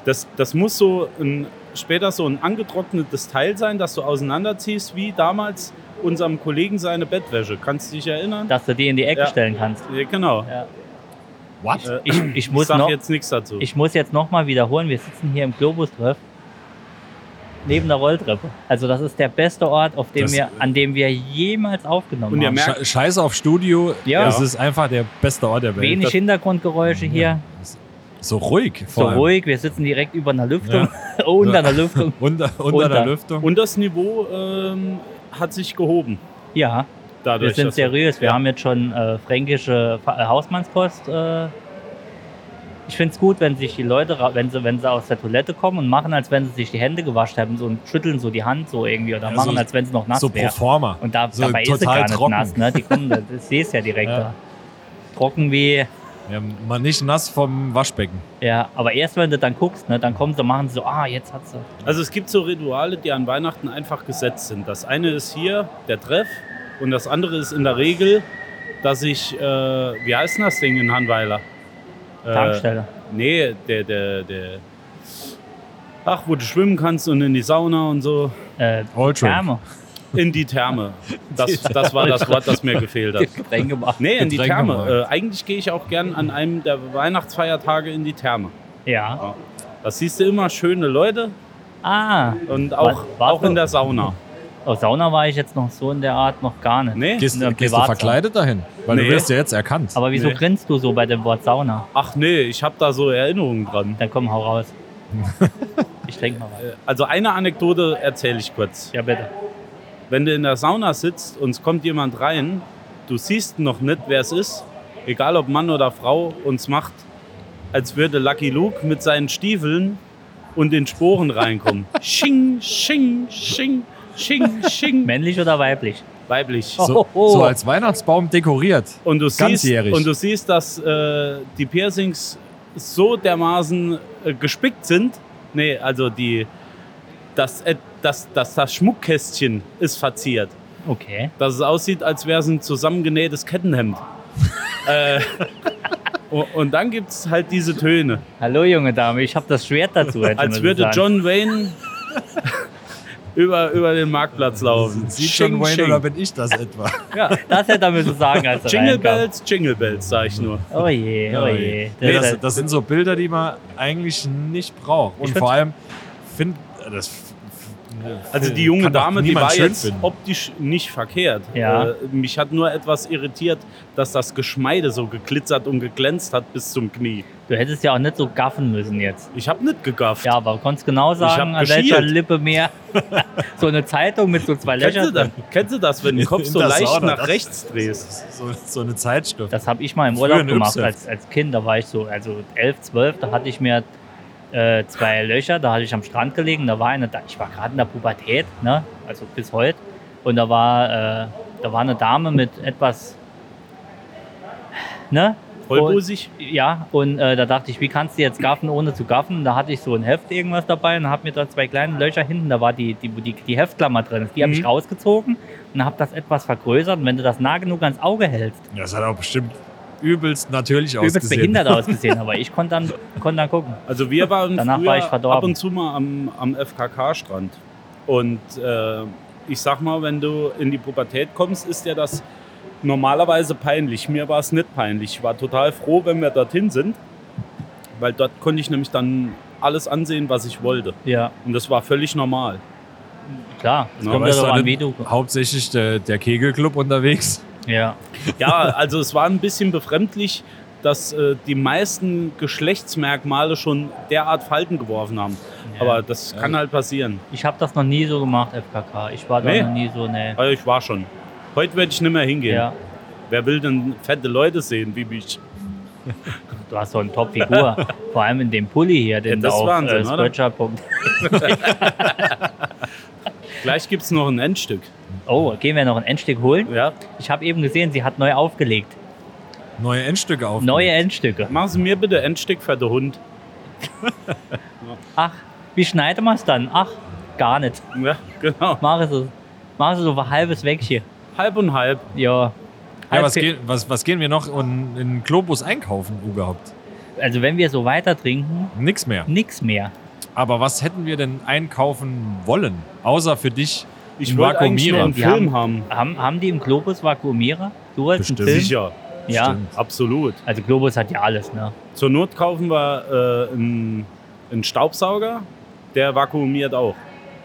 Speaker 4: Das, das muss so ein, später so ein angetrocknetes Teil sein, das du auseinanderziehst, wie damals unserem Kollegen seine Bettwäsche. Kannst du dich erinnern?
Speaker 3: Dass du die in die Ecke
Speaker 4: Ja.
Speaker 3: stellen kannst.
Speaker 4: Ja, genau.
Speaker 2: What?
Speaker 4: Äh,
Speaker 3: Ich, ich muss
Speaker 4: sag
Speaker 3: noch,
Speaker 4: jetzt nichts dazu.
Speaker 3: Ich muss jetzt nochmal wiederholen, wir sitzen hier im Globus treff neben der Rolltreppe. Also das ist der beste Ort, auf dem
Speaker 2: Das-
Speaker 3: wir, an dem wir jemals aufgenommen
Speaker 4: Und ihr
Speaker 3: haben.
Speaker 4: merkt-
Speaker 2: Sche- Scheiß auf Studio.
Speaker 3: Ja.
Speaker 2: Es ist einfach der beste Ort der Welt.
Speaker 3: Wenig
Speaker 2: Das-
Speaker 3: Hintergrundgeräusche hier,
Speaker 2: So ruhig. vor
Speaker 3: so
Speaker 2: allem.
Speaker 3: ruhig, wir sitzen direkt über einer Lüftung, <laughs> unter
Speaker 2: Ja.
Speaker 3: einer Lüftung.
Speaker 2: Unter, unter,
Speaker 3: Unter.
Speaker 2: der Lüftung.
Speaker 4: Und das Niveau ähm, hat sich gehoben.
Speaker 3: Ja, wir
Speaker 4: Dadurch,
Speaker 3: sind
Speaker 4: dass
Speaker 3: seriös, wir
Speaker 4: ja.
Speaker 3: haben jetzt schon äh, fränkische Fa- äh, Hausmannskost. Äh, ich finde es gut, wenn sich die Leute, ra- wenn sie, wenn sie aus der Toilette kommen und machen, als wenn sie sich die Hände gewascht haben so, und schütteln so die Hand so irgendwie oder
Speaker 2: Ja,
Speaker 3: machen,
Speaker 2: so-
Speaker 3: als wenn es noch nass
Speaker 2: so
Speaker 3: wäre.
Speaker 2: pro forma.
Speaker 3: Und da,
Speaker 2: So
Speaker 3: dabei ist es
Speaker 2: total
Speaker 3: gar nicht
Speaker 2: trocken.
Speaker 3: nass, ne? Die kommen, das, das siehst ja direkt
Speaker 2: Ja.
Speaker 3: da. Trocken wie,
Speaker 2: Ja, mal nicht nass vom Waschbecken.
Speaker 3: ja, aber erst wenn du dann guckst, ne, dann kommen sie, machen sie so, ah, jetzt hat sie.
Speaker 4: Also es gibt so Rituale, die an Weihnachten einfach gesetzt sind. Das eine ist hier der Treff und das andere ist in der Regel, dass ich, äh, wie heißt denn das Ding in Hanweiler? Äh,
Speaker 3: Tankstelle.
Speaker 4: Nee, der, der, der, ach, wo du schwimmen kannst und in die Sauna und so.
Speaker 3: Äh,
Speaker 2: Ultra.
Speaker 3: Wärme.
Speaker 4: In die Therme. Das, das war das Wort, das mir gefehlt
Speaker 3: <laughs>
Speaker 4: hat.
Speaker 3: Getränk gemacht.
Speaker 4: Nee, in die
Speaker 2: Getränkemarkt.
Speaker 4: Therme. Äh, eigentlich gehe ich auch gern an einem der Weihnachtsfeiertage in die Therme.
Speaker 3: Ja.
Speaker 4: Das siehst du immer schöne Leute
Speaker 3: Ah,
Speaker 4: und auch,
Speaker 3: Warte.
Speaker 4: auch in der Sauna.
Speaker 3: aus Sauna war ich jetzt noch so in der Art noch gar nicht.
Speaker 4: Nee?
Speaker 2: Gehst,
Speaker 3: In der
Speaker 2: gehst du
Speaker 3: Privatsauna.
Speaker 2: verkleidet dahin? Weil
Speaker 4: Nee.
Speaker 2: du wirst ja jetzt erkannt.
Speaker 3: Aber wieso
Speaker 4: Nee.
Speaker 3: grinst du so bei dem Wort Sauna?
Speaker 4: Ach nee, ich habe da so Erinnerungen dran.
Speaker 3: Dann komm, hau raus. ich trinke mal was.
Speaker 4: Also eine Anekdote erzähle ich kurz.
Speaker 3: Ja, bitte.
Speaker 4: Wenn du in der Sauna sitzt und es kommt jemand rein, du siehst noch nicht, wer es ist, egal ob Mann oder Frau, uns macht, als würde Lucky Luke mit seinen Stiefeln und den
Speaker 3: <laughs>
Speaker 4: Sporen reinkommen. Sching, sching, sching, sching, sching.
Speaker 3: Männlich oder weiblich?
Speaker 4: Weiblich.
Speaker 2: so,
Speaker 3: Oh.
Speaker 2: so als Weihnachtsbaum dekoriert.
Speaker 4: Und du siehst,
Speaker 2: Ganzjährig.
Speaker 4: und du siehst dass äh, die Piercings so dermaßen äh, gespickt sind. Nee, also die, das, äh, das, das, das Schmuckkästchen ist verziert.
Speaker 3: Okay.
Speaker 4: Dass es aussieht, als wäre es ein
Speaker 2: <laughs>
Speaker 4: zusammengenähtes Kettenhemd. äh, u- und dann gibt es halt diese Töne.
Speaker 3: Hallo, junge Dame, ich habe das Schwert dazu. hätte
Speaker 4: Als
Speaker 3: man
Speaker 4: würde
Speaker 3: sagen.
Speaker 4: John Wayne <laughs> über, über den Marktplatz laufen.
Speaker 2: Sieht John Wayne oder bin ich das etwa?
Speaker 4: ja.
Speaker 2: <laughs>
Speaker 3: Das hätte er müssen sagen, als er
Speaker 4: Jingle
Speaker 3: reinkam.
Speaker 4: Bells, Jingle Bells, sag ich nur.
Speaker 3: Oh je, <laughs> oh je.
Speaker 2: Nee,
Speaker 3: Das-
Speaker 2: das, das sind so Bilder, die man eigentlich nicht braucht.
Speaker 3: Ich
Speaker 2: Und
Speaker 3: find-
Speaker 2: vor allem, find, das f- f-
Speaker 4: Also die junge
Speaker 2: Äh, kann doch
Speaker 4: Dame, die
Speaker 2: niemand
Speaker 4: war
Speaker 2: schön
Speaker 4: jetzt
Speaker 2: finden.
Speaker 4: optisch nicht verkehrt.
Speaker 3: Ja.
Speaker 4: Äh, mich hat nur etwas irritiert, dass das Geschmeide so geglitzert und geglänzt hat bis zum Knie.
Speaker 3: Du hättest ja auch nicht so gaffen müssen jetzt.
Speaker 4: Ich habe nicht gegafft.
Speaker 3: Ja, aber du konntest genau sagen,
Speaker 4: hab
Speaker 3: an welcher
Speaker 4: geschielt.
Speaker 3: Lippe mehr. <laughs> so eine Zeitung mit so zwei
Speaker 4: Kennst du,
Speaker 3: Löchern.
Speaker 4: das,
Speaker 3: drin.
Speaker 4: kennst du das, wenn du
Speaker 2: <laughs>
Speaker 4: den Kopf
Speaker 2: In
Speaker 4: so
Speaker 2: der
Speaker 4: leicht
Speaker 2: Sauna,
Speaker 4: nach
Speaker 2: das-
Speaker 4: rechts drehst?
Speaker 2: So, so eine Zeitschrift.
Speaker 3: Das habe ich mal im
Speaker 2: Früher
Speaker 3: Urlaub
Speaker 2: ein
Speaker 3: gemacht
Speaker 2: Ypsilon.
Speaker 3: als, als Kind. Da war ich so, also 11, 12, da hatte ich mir äh, zwei Löcher. Da hatte ich am Strand gelegen. Da war eine, Da- ich war gerade in der Pubertät, ne? also bis heute. Und da war, äh, da war eine Dame mit etwas, ne?
Speaker 4: Vollbusig?
Speaker 3: Ja, und äh, da dachte ich, wie kannst du jetzt gaffen, ohne zu gaffen? Da hatte ich so ein Heft irgendwas dabei und habe mir da zwei kleine Löcher hinten, da war die, die, wo die, die Heftklammer drin. ist. Die habe ich
Speaker 4: Mhm.
Speaker 3: rausgezogen und habe das etwas vergrößert. Und wenn du das nah genug ans Auge hältst,
Speaker 2: Das hat auch bestimmt übelst natürlich
Speaker 3: übelst
Speaker 2: ausgesehen.
Speaker 3: behindert ausgesehen. Aber ich konnte dann, konnte dann gucken.
Speaker 4: Also wir waren
Speaker 3: Danach
Speaker 4: früher
Speaker 3: war ich verdorben.
Speaker 4: ab und zu mal am, am FKK-Strand. Und äh, ich sag mal, wenn du in die Pubertät kommst, ist dir das normalerweise peinlich. Mir war es nicht peinlich. Ich war total froh, wenn wir dorthin sind, weil dort konnte ich nämlich dann alles ansehen, was ich wollte.
Speaker 3: Ja,
Speaker 4: Und das war völlig normal.
Speaker 3: klar. Es
Speaker 4: Na,
Speaker 3: kommt ja
Speaker 2: weißt du,
Speaker 3: darauf an,
Speaker 2: dann-
Speaker 3: wie du.
Speaker 2: Hauptsächlich der, der Kegelclub unterwegs.
Speaker 3: Ja. <laughs>
Speaker 4: Ja, also es war ein bisschen befremdlich, dass äh, die meisten Geschlechtsmerkmale schon derart Falten geworfen haben. Aber das kann halt passieren.
Speaker 3: Ich habe das noch nie so gemacht, FKK. Ich war da
Speaker 4: Nee.
Speaker 3: noch nie so, ne.
Speaker 4: Also ich war schon. Heute werde ich nicht mehr hingehen.
Speaker 3: Ja,
Speaker 4: Wer will denn fette Leute sehen wie mich?
Speaker 3: du hast so eine
Speaker 4: <laughs>
Speaker 3: Top-Figur. Vor allem in dem Pulli hier, den
Speaker 4: Ja, das
Speaker 3: du
Speaker 4: ist
Speaker 3: auf
Speaker 4: Wahnsinn,
Speaker 3: äh,
Speaker 4: oder?
Speaker 3: Spreadshirt.de
Speaker 4: Gleich gibt es noch ein Endstück.
Speaker 3: Oh, gehen wir noch ein Endstück holen?
Speaker 4: Ja.
Speaker 3: Ich habe eben gesehen, sie hat neu aufgelegt.
Speaker 2: Neue Endstücke auf.
Speaker 3: Neue Endstücke.
Speaker 4: Machen Sie mir bitte Endstück, fette Hund.
Speaker 3: Ach, wie schneiden wir es dann? Ach, gar nicht.
Speaker 4: Ja, genau.
Speaker 3: Mach es, mach es so ein halbes weg hier.
Speaker 4: Halb und halb.
Speaker 3: Ja,
Speaker 2: Ja, was,
Speaker 3: Erzähl-
Speaker 2: gehen, was, was gehen wir noch und in Globus einkaufen überhaupt?
Speaker 3: Also wenn wir so weiter trinken,
Speaker 2: Nix mehr.
Speaker 3: nix mehr.
Speaker 2: Aber was hätten wir denn einkaufen wollen? Außer für dich.
Speaker 4: Ich
Speaker 2: Ein
Speaker 4: wollte eigentlich nur
Speaker 2: Vakuumierer.
Speaker 4: einen
Speaker 3: Die
Speaker 4: Film haben.
Speaker 3: Haben, haben die im Globus Vakuumierer? Du als
Speaker 2: Bestimmt.
Speaker 3: Film?
Speaker 4: Sicher,
Speaker 3: Ja,
Speaker 2: Stimmt.
Speaker 4: absolut.
Speaker 3: also Globus hat ja alles, ne?
Speaker 4: Zur Not kaufen wir äh, einen, einen Staubsauger, der vakuumiert auch.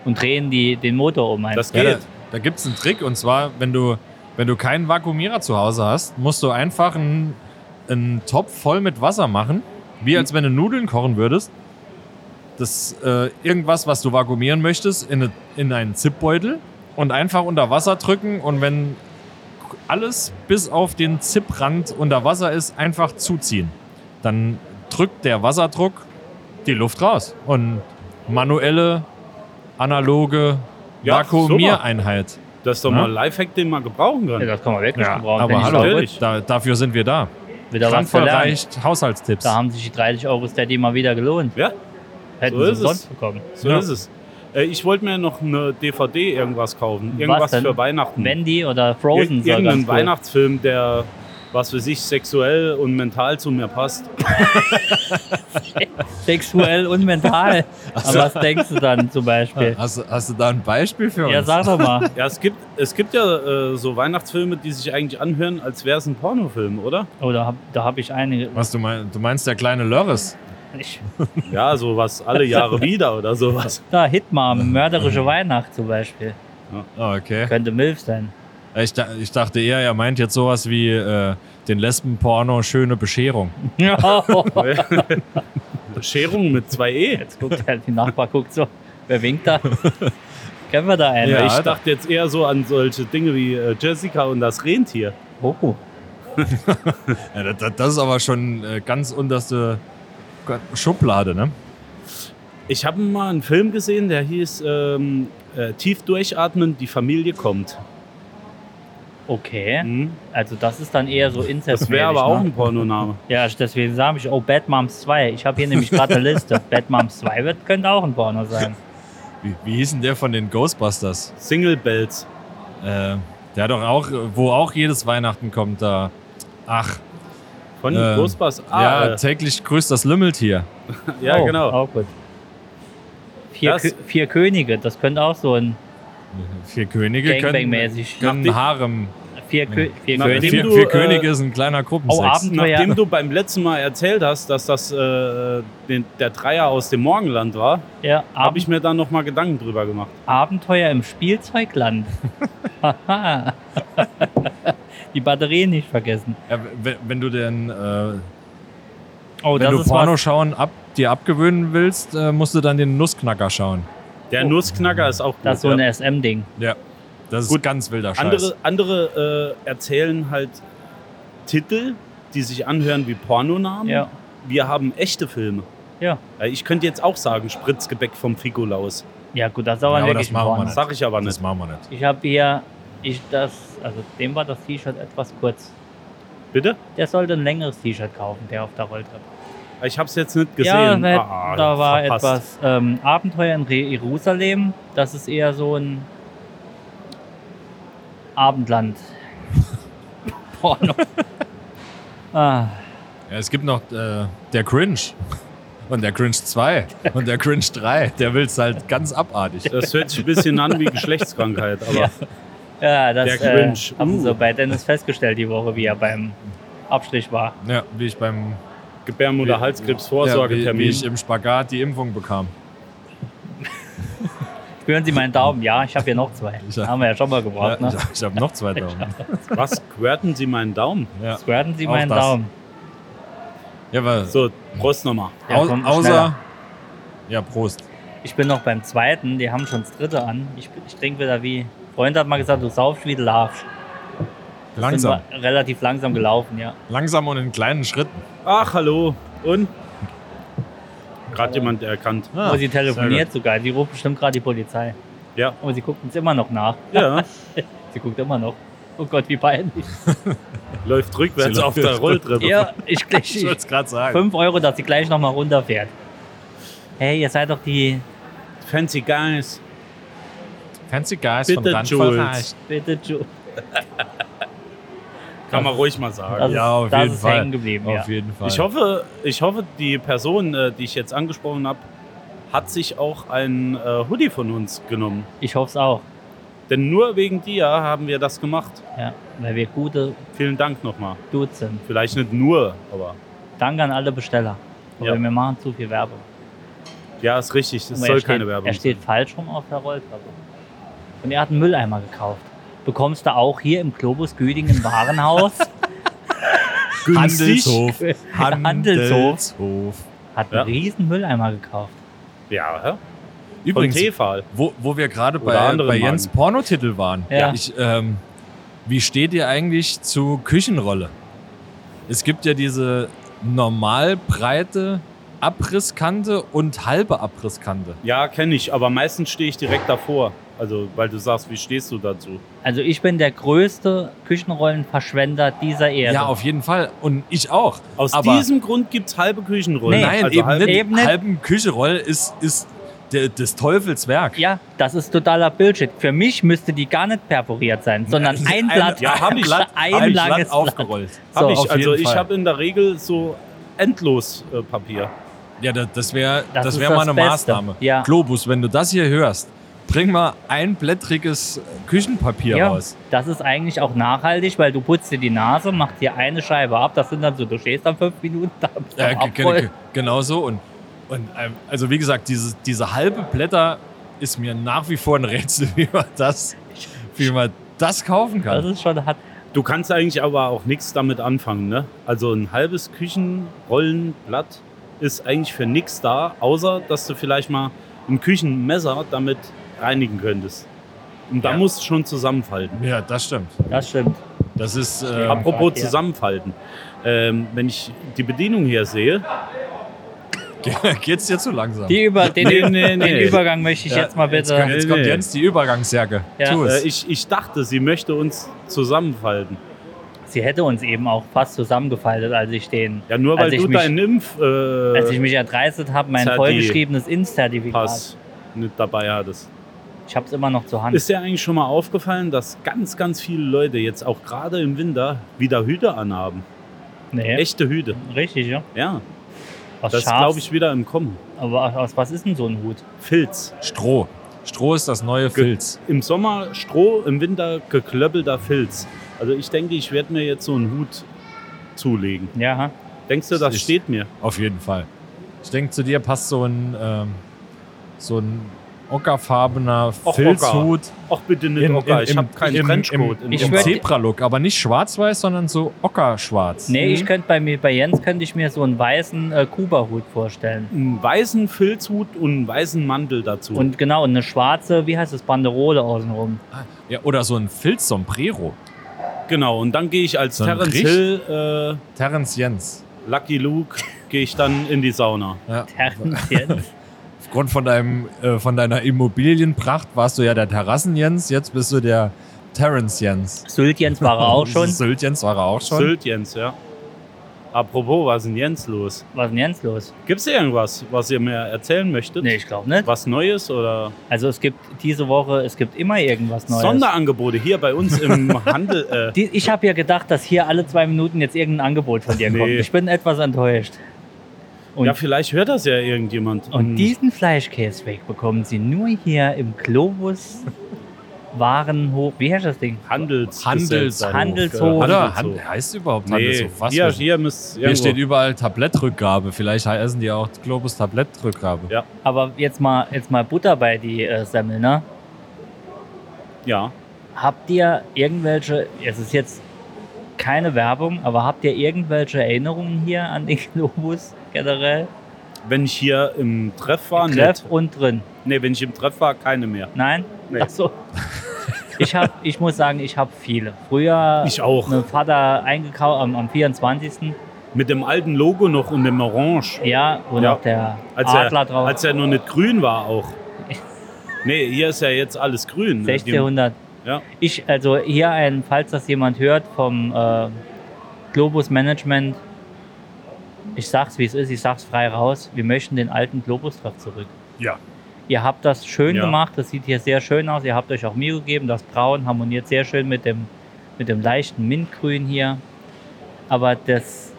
Speaker 3: Und drehen die, den Motor um. ein.
Speaker 4: Das
Speaker 2: Ja,
Speaker 4: geht.
Speaker 2: da da gibt es einen Trick und zwar, wenn du, wenn du keinen Vakuumierer zu Hause hast, musst du einfach einen, einen Topf voll mit Wasser machen, wie als wenn du Nudeln kochen würdest. Das äh, irgendwas, was du vakuumieren möchtest, in, eine, in einen Zipbeutel und einfach unter Wasser drücken und wenn alles bis auf den Zipprand unter Wasser ist, einfach zuziehen. Dann drückt der Wasserdruck die Luft raus und manuelle, analoge
Speaker 4: Ja,
Speaker 2: Vakuumiereinheit.
Speaker 4: Das ist doch
Speaker 2: Na?
Speaker 4: mal ein Lifehack, den man gebrauchen
Speaker 3: ja,
Speaker 4: kann.
Speaker 3: das kann man wirklich gebrauchen.
Speaker 2: aber
Speaker 3: Dennis,
Speaker 2: hallo,
Speaker 3: da-
Speaker 4: natürlich.
Speaker 2: da, dafür sind wir da.
Speaker 3: Wieder was
Speaker 2: Frankfurt
Speaker 3: verlernt.
Speaker 2: reicht Haushaltstipps.
Speaker 3: Da haben sich die 30 Euro Steady mal wieder gelohnt.
Speaker 4: Ja,
Speaker 3: Hätten
Speaker 4: so
Speaker 3: sie
Speaker 4: ist es.
Speaker 3: sonst bekommen.
Speaker 4: so
Speaker 2: Ja.
Speaker 4: ist es. Äh, ich wollte mir noch eine DVD irgendwas kaufen. Irgendwas
Speaker 3: denn?
Speaker 4: für Weihnachten.
Speaker 3: Wendy oder Frozen
Speaker 4: Ir-
Speaker 3: soll
Speaker 4: irgendeinen
Speaker 3: ganz cool.
Speaker 4: Weihnachtsfilm, der was für sich sexuell und mental zu mir passt.
Speaker 3: Sexuell und
Speaker 4: <laughs>
Speaker 3: mental. An was denkst du dann zum Beispiel?
Speaker 2: hast, du- hast du da ein Beispiel für
Speaker 3: Ja,
Speaker 2: uns?
Speaker 3: sag doch mal.
Speaker 4: Ja, es gibt, es gibt ja äh, so Weihnachtsfilme, die sich eigentlich anhören, als wäre es ein Pornofilm, oder?
Speaker 3: Oh, da habe da hab ich einige.
Speaker 2: Was du meinst, du meinst der kleine Lörres.
Speaker 3: Ich,
Speaker 4: Ja, sowas alle Jahre wieder
Speaker 3: <laughs>
Speaker 4: oder sowas.
Speaker 3: da, Hitmam, mörderische Weihnacht zum Beispiel.
Speaker 2: Ah, Okay.
Speaker 3: Könnte Milf sein.
Speaker 4: <laughs>
Speaker 2: Ich, da- ich dachte eher, er meint jetzt sowas wie äh, den Lesben-Porno Schöne Bescherung.
Speaker 4: Bescherung mit zwei E.
Speaker 3: Jetzt guckt halt, die Nachbar guckt so. Wer winkt
Speaker 4: <laughs>
Speaker 3: da? Kennen wir da einen?
Speaker 2: Ja,
Speaker 4: ich
Speaker 2: da-
Speaker 4: dachte jetzt eher so an solche Dinge wie äh, Jessica und das Rentier.
Speaker 3: Oh,
Speaker 2: Ja, da- da- das ist aber schon äh, ganz unterste Schublade, ne?
Speaker 4: Ich habe mal einen Film gesehen, der hieß ähm, äh, Tief durchatmen, die Familie kommt.
Speaker 3: okay.
Speaker 4: Hm?
Speaker 3: Also das ist dann eher so Inzest.
Speaker 4: Das wäre aber auch
Speaker 3: ne?
Speaker 4: ein Pornoname.
Speaker 3: Ja, deswegen sage ich, oh, Bad Moms 2. Ich habe hier nämlich gerade eine
Speaker 4: <laughs>
Speaker 3: Liste. Bad Moms 2 wird, könnte auch ein Porno sein.
Speaker 2: Wie, wie hieß denn der von den Ghostbusters?
Speaker 4: Single Bells.
Speaker 2: Äh, der hat doch auch, wo auch jedes Weihnachten kommt, da. Ach,
Speaker 4: Von
Speaker 2: Ähm,
Speaker 4: ähm, Ghostbusters. Ah,
Speaker 2: ja,
Speaker 4: äh,
Speaker 2: täglich grüßt das Lümmeltier.
Speaker 4: ja
Speaker 3: oh,
Speaker 4: genau.
Speaker 3: Auch gut. Vier,
Speaker 4: Das-
Speaker 3: Kö vier Könige, das könnte auch so ein
Speaker 2: Vier Könige können,
Speaker 3: Gangbang-mäßig.
Speaker 2: können
Speaker 4: Nachdem-
Speaker 2: Harem.
Speaker 3: Vier, Kö vier
Speaker 4: Nachdem
Speaker 3: Könige.
Speaker 2: Vier,
Speaker 4: du,
Speaker 2: vier
Speaker 4: äh,
Speaker 2: Könige ist ein kleiner Gruppensex.
Speaker 3: Oh, Abend-
Speaker 4: Nachdem
Speaker 3: Ja.
Speaker 4: du beim letzten Mal erzählt hast, dass das äh, den, der Dreier aus dem Morgenland war,
Speaker 3: Ja, Ab
Speaker 4: habe ich mir dann nochmal Gedanken drüber gemacht.
Speaker 3: Abenteuer im Spielzeugland. <laughs> Haha. Die Batterien nicht vergessen.
Speaker 2: Ja, wenn, wenn du den, äh,
Speaker 3: Oh,
Speaker 2: wenn
Speaker 3: das
Speaker 2: du
Speaker 3: ist
Speaker 2: Porno
Speaker 3: was.
Speaker 2: schauen ab, dir abgewöhnen willst, äh, musst du dann den Nussknacker schauen.
Speaker 4: Der Nussknacker ist auch gut.
Speaker 3: Oh. Das ist so
Speaker 4: ja.
Speaker 3: ein SM-Ding.
Speaker 2: Ja, das ist
Speaker 4: Gut.
Speaker 2: ganz wilder Scheiß.
Speaker 4: andere andere äh, erzählen halt Titel, die sich anhören wie Pornonamen.
Speaker 3: Ja.
Speaker 4: Wir haben echte Filme.
Speaker 3: Ja.
Speaker 4: Äh, Ich könnte jetzt auch sagen, Spritzgebäck vom Fikolaus.
Speaker 3: ja, gut, das ist aber
Speaker 2: Ja, aber
Speaker 3: wirklich
Speaker 2: das
Speaker 3: ein
Speaker 2: machen wir
Speaker 3: Porno.
Speaker 2: nicht.
Speaker 4: Sag ich aber
Speaker 2: das
Speaker 4: nicht.
Speaker 2: machen wir nicht.
Speaker 3: Ich habe hier, ich das, also dem war das T-Shirt etwas kurz.
Speaker 4: Bitte?
Speaker 3: Der sollte ein längeres T-Shirt kaufen, der auf der Rolltreppe.
Speaker 4: Ich habe es jetzt nicht gesehen.
Speaker 3: Ja, da,
Speaker 4: Ah,
Speaker 3: da war etwas
Speaker 4: verpasst.
Speaker 3: ähm, Abenteuer in Re- Jerusalem. Das ist eher so ein Abendland. Porno. ah,
Speaker 2: Ja, es gibt noch äh, der Cringe. Und der Cringe 2 und der Cringe 3. Der will es halt ganz abartig.
Speaker 4: Das hört sich ein bisschen
Speaker 3: <laughs>
Speaker 4: an wie Geschlechtskrankheit, aber
Speaker 3: Ja. ja, das
Speaker 4: Der
Speaker 3: äh,
Speaker 4: Grinch.
Speaker 3: haben
Speaker 4: Uh.
Speaker 3: sie bei Dennis festgestellt die Woche, wie er beim Abstrich war.
Speaker 2: Ja, wie ich beim
Speaker 4: Gebärmutter,
Speaker 2: ja, wie, wie
Speaker 4: Halskrebsvorsorgetermin.
Speaker 2: ich im Spagat die Impfung bekam.
Speaker 3: Spüren Sie meinen Daumen? Ja, ich habe hier noch zwei.
Speaker 2: Ich hab-
Speaker 3: haben wir ja schon mal
Speaker 2: Ja,
Speaker 3: gebraucht.
Speaker 2: ich
Speaker 3: ne?
Speaker 2: <laughs> ich habe noch
Speaker 3: <laughs>
Speaker 2: zwei Daumen.
Speaker 4: Was querten Sie meinen Daumen?
Speaker 2: Ja,
Speaker 3: Squirten Sie
Speaker 2: Auch
Speaker 3: meinen
Speaker 2: das.
Speaker 3: Daumen.
Speaker 2: ja aber
Speaker 4: So, Prost nochmal.
Speaker 3: Ja,
Speaker 2: au
Speaker 3: komm,
Speaker 2: außer.
Speaker 3: schneller.
Speaker 2: Ja, Prost.
Speaker 3: Ich bin noch beim zweiten, die haben schon das dritte an. Ich, ich trinke wieder wie. Freund hat mal gesagt, du saufst wie du laufst.
Speaker 2: Langsam.
Speaker 3: Sind wir relativ langsam gelaufen, ja.
Speaker 2: Langsam und in kleinen Schritten.
Speaker 4: Ach, hallo. Und? Gerade jemand erkannt.
Speaker 2: Ah,
Speaker 3: Aber sie
Speaker 2: sehr
Speaker 3: telefoniert
Speaker 2: gut.
Speaker 3: sogar. Die ruft bestimmt gerade die Polizei.
Speaker 4: Ja.
Speaker 3: Aber sie guckt uns immer noch nach.
Speaker 4: Ja,
Speaker 3: Sie guckt immer noch. Oh Gott, wie
Speaker 4: <laughs>
Speaker 3: peinlich.
Speaker 4: läuft
Speaker 2: Sie
Speaker 4: rückwärts
Speaker 2: läuft
Speaker 4: auf der
Speaker 2: rückwärts.
Speaker 4: Rolltreppe.
Speaker 3: Ja,
Speaker 4: <laughs>
Speaker 3: ich
Speaker 2: Ich
Speaker 3: gleich.
Speaker 2: wollte es gerade sagen.
Speaker 3: 5 Euro, dass sie gleich nochmal runterfährt. Hey, ihr seid doch die.
Speaker 4: Fancy Guys.
Speaker 2: Fancy Guys
Speaker 4: Bitte,
Speaker 2: von Ah, Rand
Speaker 4: Jules.
Speaker 2: verreicht.
Speaker 3: Bitte, Ju.
Speaker 4: Kann man ruhig mal sagen.
Speaker 3: Das
Speaker 2: Ja, auf
Speaker 3: das
Speaker 2: jeden
Speaker 3: ist
Speaker 2: Fall.
Speaker 3: hängen geblieben.
Speaker 2: Auf
Speaker 3: ja.
Speaker 2: jeden Fall.
Speaker 4: Ich hoffe, ich hoffe, die Person, äh, die ich jetzt angesprochen habe, hat sich auch ein äh, Hoodie von uns genommen.
Speaker 3: Ich hoffe es auch,
Speaker 4: Denn nur wegen dir haben wir das gemacht.
Speaker 3: ja, weil wir gute
Speaker 4: Vielen Dank nochmal.
Speaker 3: Dudes sind.
Speaker 4: Vielleicht nicht nur, aber
Speaker 3: Danke an alle Besteller. Aber
Speaker 4: Ja.
Speaker 3: wir machen zu viel Werbung.
Speaker 4: ja, ist richtig. Es
Speaker 3: Aber
Speaker 4: soll
Speaker 3: er steht,
Speaker 4: keine Werbung
Speaker 3: Er steht
Speaker 4: sein.
Speaker 3: falsch rum auf der Rolltreppe. Und er hat einen Mülleimer gekauft. Bekommst du auch hier im Globus Güding im
Speaker 4: <laughs>
Speaker 3: Warenhaus?
Speaker 4: günstig.
Speaker 2: Handelshof.
Speaker 3: <laughs> Handelshof.
Speaker 2: Handelshof.
Speaker 3: Hat einen
Speaker 4: Ja.
Speaker 3: riesen Mülleimer gekauft.
Speaker 4: Ja, hä?
Speaker 2: Übrigens,
Speaker 4: von Tefal.
Speaker 2: wo, wo wir gerade
Speaker 4: Oder
Speaker 2: bei,
Speaker 4: anderen
Speaker 2: bei Jens
Speaker 4: Marken.
Speaker 2: Pornotitel waren.
Speaker 3: Ja.
Speaker 2: Ich, ähm, wie steht ihr eigentlich zu Küchenrolle? Es gibt ja diese normal breite Abrisskante und halbe Abrisskante.
Speaker 4: Ja, kenne ich, aber meistens stehe ich direkt davor. Also, weil du sagst, wie stehst du dazu?
Speaker 3: Also ich bin der größte Küchenrollenverschwender dieser Erde.
Speaker 2: Ja, auf jeden Fall. Und ich auch.
Speaker 4: Aus
Speaker 2: Aber-
Speaker 4: diesem Grund gibt es halbe Küchenrollen.
Speaker 3: Nee,
Speaker 2: Nein,
Speaker 4: also
Speaker 2: eben,
Speaker 4: halbe-
Speaker 2: nicht.
Speaker 3: eben nicht.
Speaker 2: halben Küchenrolle ist, ist de, des Teufels Werk.
Speaker 3: Ja, das ist totaler Bullshit. Für mich müsste die gar nicht perforiert sein, sondern
Speaker 2: Also
Speaker 3: ein Blatt,
Speaker 2: ja, hab ich,
Speaker 3: ein,
Speaker 2: hab ich
Speaker 3: langes
Speaker 2: Blatt
Speaker 3: Blatt.
Speaker 2: aufgerollt.
Speaker 3: So,
Speaker 4: Hab ich,
Speaker 2: auf
Speaker 4: also
Speaker 2: jeden
Speaker 4: ich
Speaker 2: Fall.
Speaker 4: habe in der Regel so endlos äh, Papier.
Speaker 2: Ja, da- das wäre
Speaker 3: Das
Speaker 2: das
Speaker 3: ist
Speaker 2: wär mal
Speaker 3: das
Speaker 2: eine
Speaker 3: Beste.
Speaker 2: Maßnahme.
Speaker 3: Ja.
Speaker 2: Globus, wenn du das hier hörst, bring mal ein blättriges Küchenpapier
Speaker 3: Ja,
Speaker 2: raus.
Speaker 3: das ist eigentlich auch nachhaltig, weil du putzt dir die Nase, machst dir eine Scheibe ab, das sind dann so, du stehst dann fünf Minuten da. bist
Speaker 2: Ja,
Speaker 3: am
Speaker 2: Äh, ge- ge-
Speaker 3: Abrollen.
Speaker 2: ge- genau so. Und, und ähm, also wie gesagt, diese, diese halbe Blätter ist mir nach wie vor ein Rätsel, <laughs> wie man das, wie man das kaufen
Speaker 3: Das
Speaker 2: kann.
Speaker 3: ist schon hart.
Speaker 4: Du kannst eigentlich aber auch nichts damit anfangen, ne? Also ein halbes Küchenrollenblatt ist eigentlich für nichts da, außer dass du vielleicht mal ein Küchenmesser damit reinigen könntest. Und da
Speaker 2: Ja.
Speaker 4: musst du schon zusammenfalten.
Speaker 2: Ja, das stimmt.
Speaker 3: Das stimmt.
Speaker 2: Das ist äh,
Speaker 3: Ja.
Speaker 4: Apropos
Speaker 3: Ja.
Speaker 4: zusammenfalten. Ähm, wenn ich die Bedienung hier sehe,
Speaker 2: <laughs> ge- geht's dir zu langsam.
Speaker 3: Die über, den,
Speaker 4: Nee, nee, nee.
Speaker 3: den Übergang möchte ich
Speaker 2: Ja,
Speaker 3: jetzt mal bitte.
Speaker 2: Jetzt kommt, jetzt kommt
Speaker 4: Nee, nee.
Speaker 2: Jens die Übergangsjacke.
Speaker 3: Ja.
Speaker 2: Tu
Speaker 4: äh,
Speaker 2: es.
Speaker 4: ich, ich dachte, sie möchte uns zusammenfalten.
Speaker 3: Sie hätte uns eben auch fast zusammengefaltet, als ich den,
Speaker 4: Ja, nur
Speaker 3: Als
Speaker 4: weil
Speaker 3: ich
Speaker 4: du
Speaker 3: mich-
Speaker 4: deinen Impf äh,
Speaker 3: als ich mich erdreistet habe, mein
Speaker 4: Zerti-
Speaker 3: vollgeschriebenes Impfzertifikat.
Speaker 4: Pass nicht dabei hattest.
Speaker 3: Ich habe es immer noch zur Hand.
Speaker 4: Ist dir eigentlich schon mal aufgefallen, dass ganz, ganz viele Leute jetzt auch gerade im Winter wieder Hüte anhaben?
Speaker 3: nee.
Speaker 4: Echte Hüte.
Speaker 3: Richtig, ja.
Speaker 4: Ja,
Speaker 3: Aus
Speaker 4: das
Speaker 3: Schafs-
Speaker 4: glaube ich wieder im Kommen.
Speaker 3: Aber aus was ist denn so ein Hut?
Speaker 4: Filz.
Speaker 2: Stroh. Stroh ist das neue
Speaker 4: Ge-
Speaker 2: Filz.
Speaker 4: Im Sommer Stroh, im Winter geklöppelter Filz. Also ich denke, ich werde mir jetzt so einen Hut zulegen.
Speaker 3: Ja, ha?
Speaker 4: Denkst du, das
Speaker 2: Ich-
Speaker 4: steht mir?
Speaker 2: Auf jeden Fall. Ich denke, zu dir passt so ein, ähm, so ein ockerfarbener
Speaker 4: Och,
Speaker 2: Filzhut.
Speaker 4: Ach bitte nicht
Speaker 2: Im-
Speaker 4: Ocker,
Speaker 2: im-
Speaker 4: ich habe
Speaker 2: im-
Speaker 4: keinen
Speaker 2: im-
Speaker 4: Trenchcoat.
Speaker 2: im-
Speaker 4: in
Speaker 3: Ich
Speaker 4: Ocker.
Speaker 2: Im
Speaker 3: würd-
Speaker 2: Zebra-Look, aber nicht schwarz-weiß, sondern so ockerschwarz.
Speaker 3: Nee,
Speaker 4: Mhm.
Speaker 3: ich könnte bei mir, bei Jens könnte ich mir so einen weißen äh, Kuba-Hut vorstellen.
Speaker 4: einen weißen Filzhut und einen weißen Mantel dazu.
Speaker 3: Und genau, eine schwarze, wie heißt das, Banderole außenrum.
Speaker 2: Ja, oder so ein Filz-Sombrero.
Speaker 4: genau, und dann gehe ich als
Speaker 2: So ein
Speaker 4: Terence
Speaker 2: Richt-
Speaker 4: Hill,
Speaker 2: Terence Jens.
Speaker 4: äh, Lucky Luke, gehe ich dann in die Sauna.
Speaker 2: Ja.
Speaker 4: <laughs>
Speaker 3: Terrence Jens.
Speaker 2: Aufgrund von, deinem, äh, von deiner Immobilienpracht warst du ja der Terrassen-Jens, jetzt bist du der Terence Jens.
Speaker 3: Sylt Jens war er auch schon.
Speaker 2: Sylt Jens war er auch schon.
Speaker 4: Sylt Jens, ja. Apropos, was ist denn Jens los?
Speaker 3: Was ist denn Jens los?
Speaker 4: Gibt es irgendwas, was ihr mir erzählen möchtet?
Speaker 3: Nee, ich glaube nicht.
Speaker 4: Was Neues oder
Speaker 3: Also es gibt diese Woche, es gibt immer irgendwas Neues.
Speaker 4: Sonderangebote hier bei
Speaker 2: <laughs>
Speaker 4: uns im Handel? Äh,
Speaker 3: Die, ich habe ja gedacht, dass hier alle zwei Minuten jetzt irgendein Angebot von dir
Speaker 4: Nee.
Speaker 3: kommt. Ich bin etwas enttäuscht. Und,
Speaker 4: ja, vielleicht hört das ja irgendjemand.
Speaker 3: und diesen Fleischkäseweg bekommen Sie nur hier im Globus Warenhof. Wie heißt das Ding?
Speaker 4: Handels
Speaker 2: Handels-
Speaker 3: Handelshof.
Speaker 2: Oder? Hand, heißt überhaupt
Speaker 4: Nee,
Speaker 2: Handelshof? Was
Speaker 4: hier,
Speaker 2: für-
Speaker 4: hier, müsst,
Speaker 2: Hier steht überall Tablettrückgabe. Vielleicht heißen die auch Globus Tablettrückgabe.
Speaker 4: Ja.
Speaker 3: Aber jetzt mal, jetzt mal Butter bei die äh, Semmel, ne?
Speaker 4: Ja,
Speaker 3: Habt ihr irgendwelche, es ist jetzt keine Werbung, aber habt ihr irgendwelche Erinnerungen hier an den <laughs> Globus generell?
Speaker 4: wenn ich hier im Treff war,
Speaker 3: Treff
Speaker 4: nicht.
Speaker 3: und drin.
Speaker 4: Nee, wenn ich im Treff war, keine mehr.
Speaker 3: Nein?
Speaker 4: Nee.
Speaker 3: Ach so. Ich, hab, ich muss sagen, ich habe viele. Früher
Speaker 4: Ich auch.
Speaker 3: mit dem Vater eingekauft am, am 24.
Speaker 4: Mit dem alten Logo noch und dem Orange.
Speaker 3: Ja, wo
Speaker 4: Ja.
Speaker 3: noch der
Speaker 4: Als
Speaker 3: Adler
Speaker 4: er,
Speaker 3: drauf.
Speaker 4: als er noch nicht grün
Speaker 3: <laughs>
Speaker 4: war auch. Nee, hier ist ja jetzt alles grün. ne? Die-
Speaker 3: 1600.
Speaker 4: Ja.
Speaker 3: Ich, also hier ein, falls das jemand hört vom äh, Globus Management, ich sag's wie es ist, ich sag's frei raus, wir möchten den alten Globus-Treff zurück.
Speaker 4: Ja.
Speaker 3: Ihr habt das schön
Speaker 4: Ja.
Speaker 3: gemacht, das sieht hier sehr schön aus, ihr habt euch auch Mühe gegeben, das Braun harmoniert sehr schön mit dem, mit dem leichten Mintgrün hier. Aber das,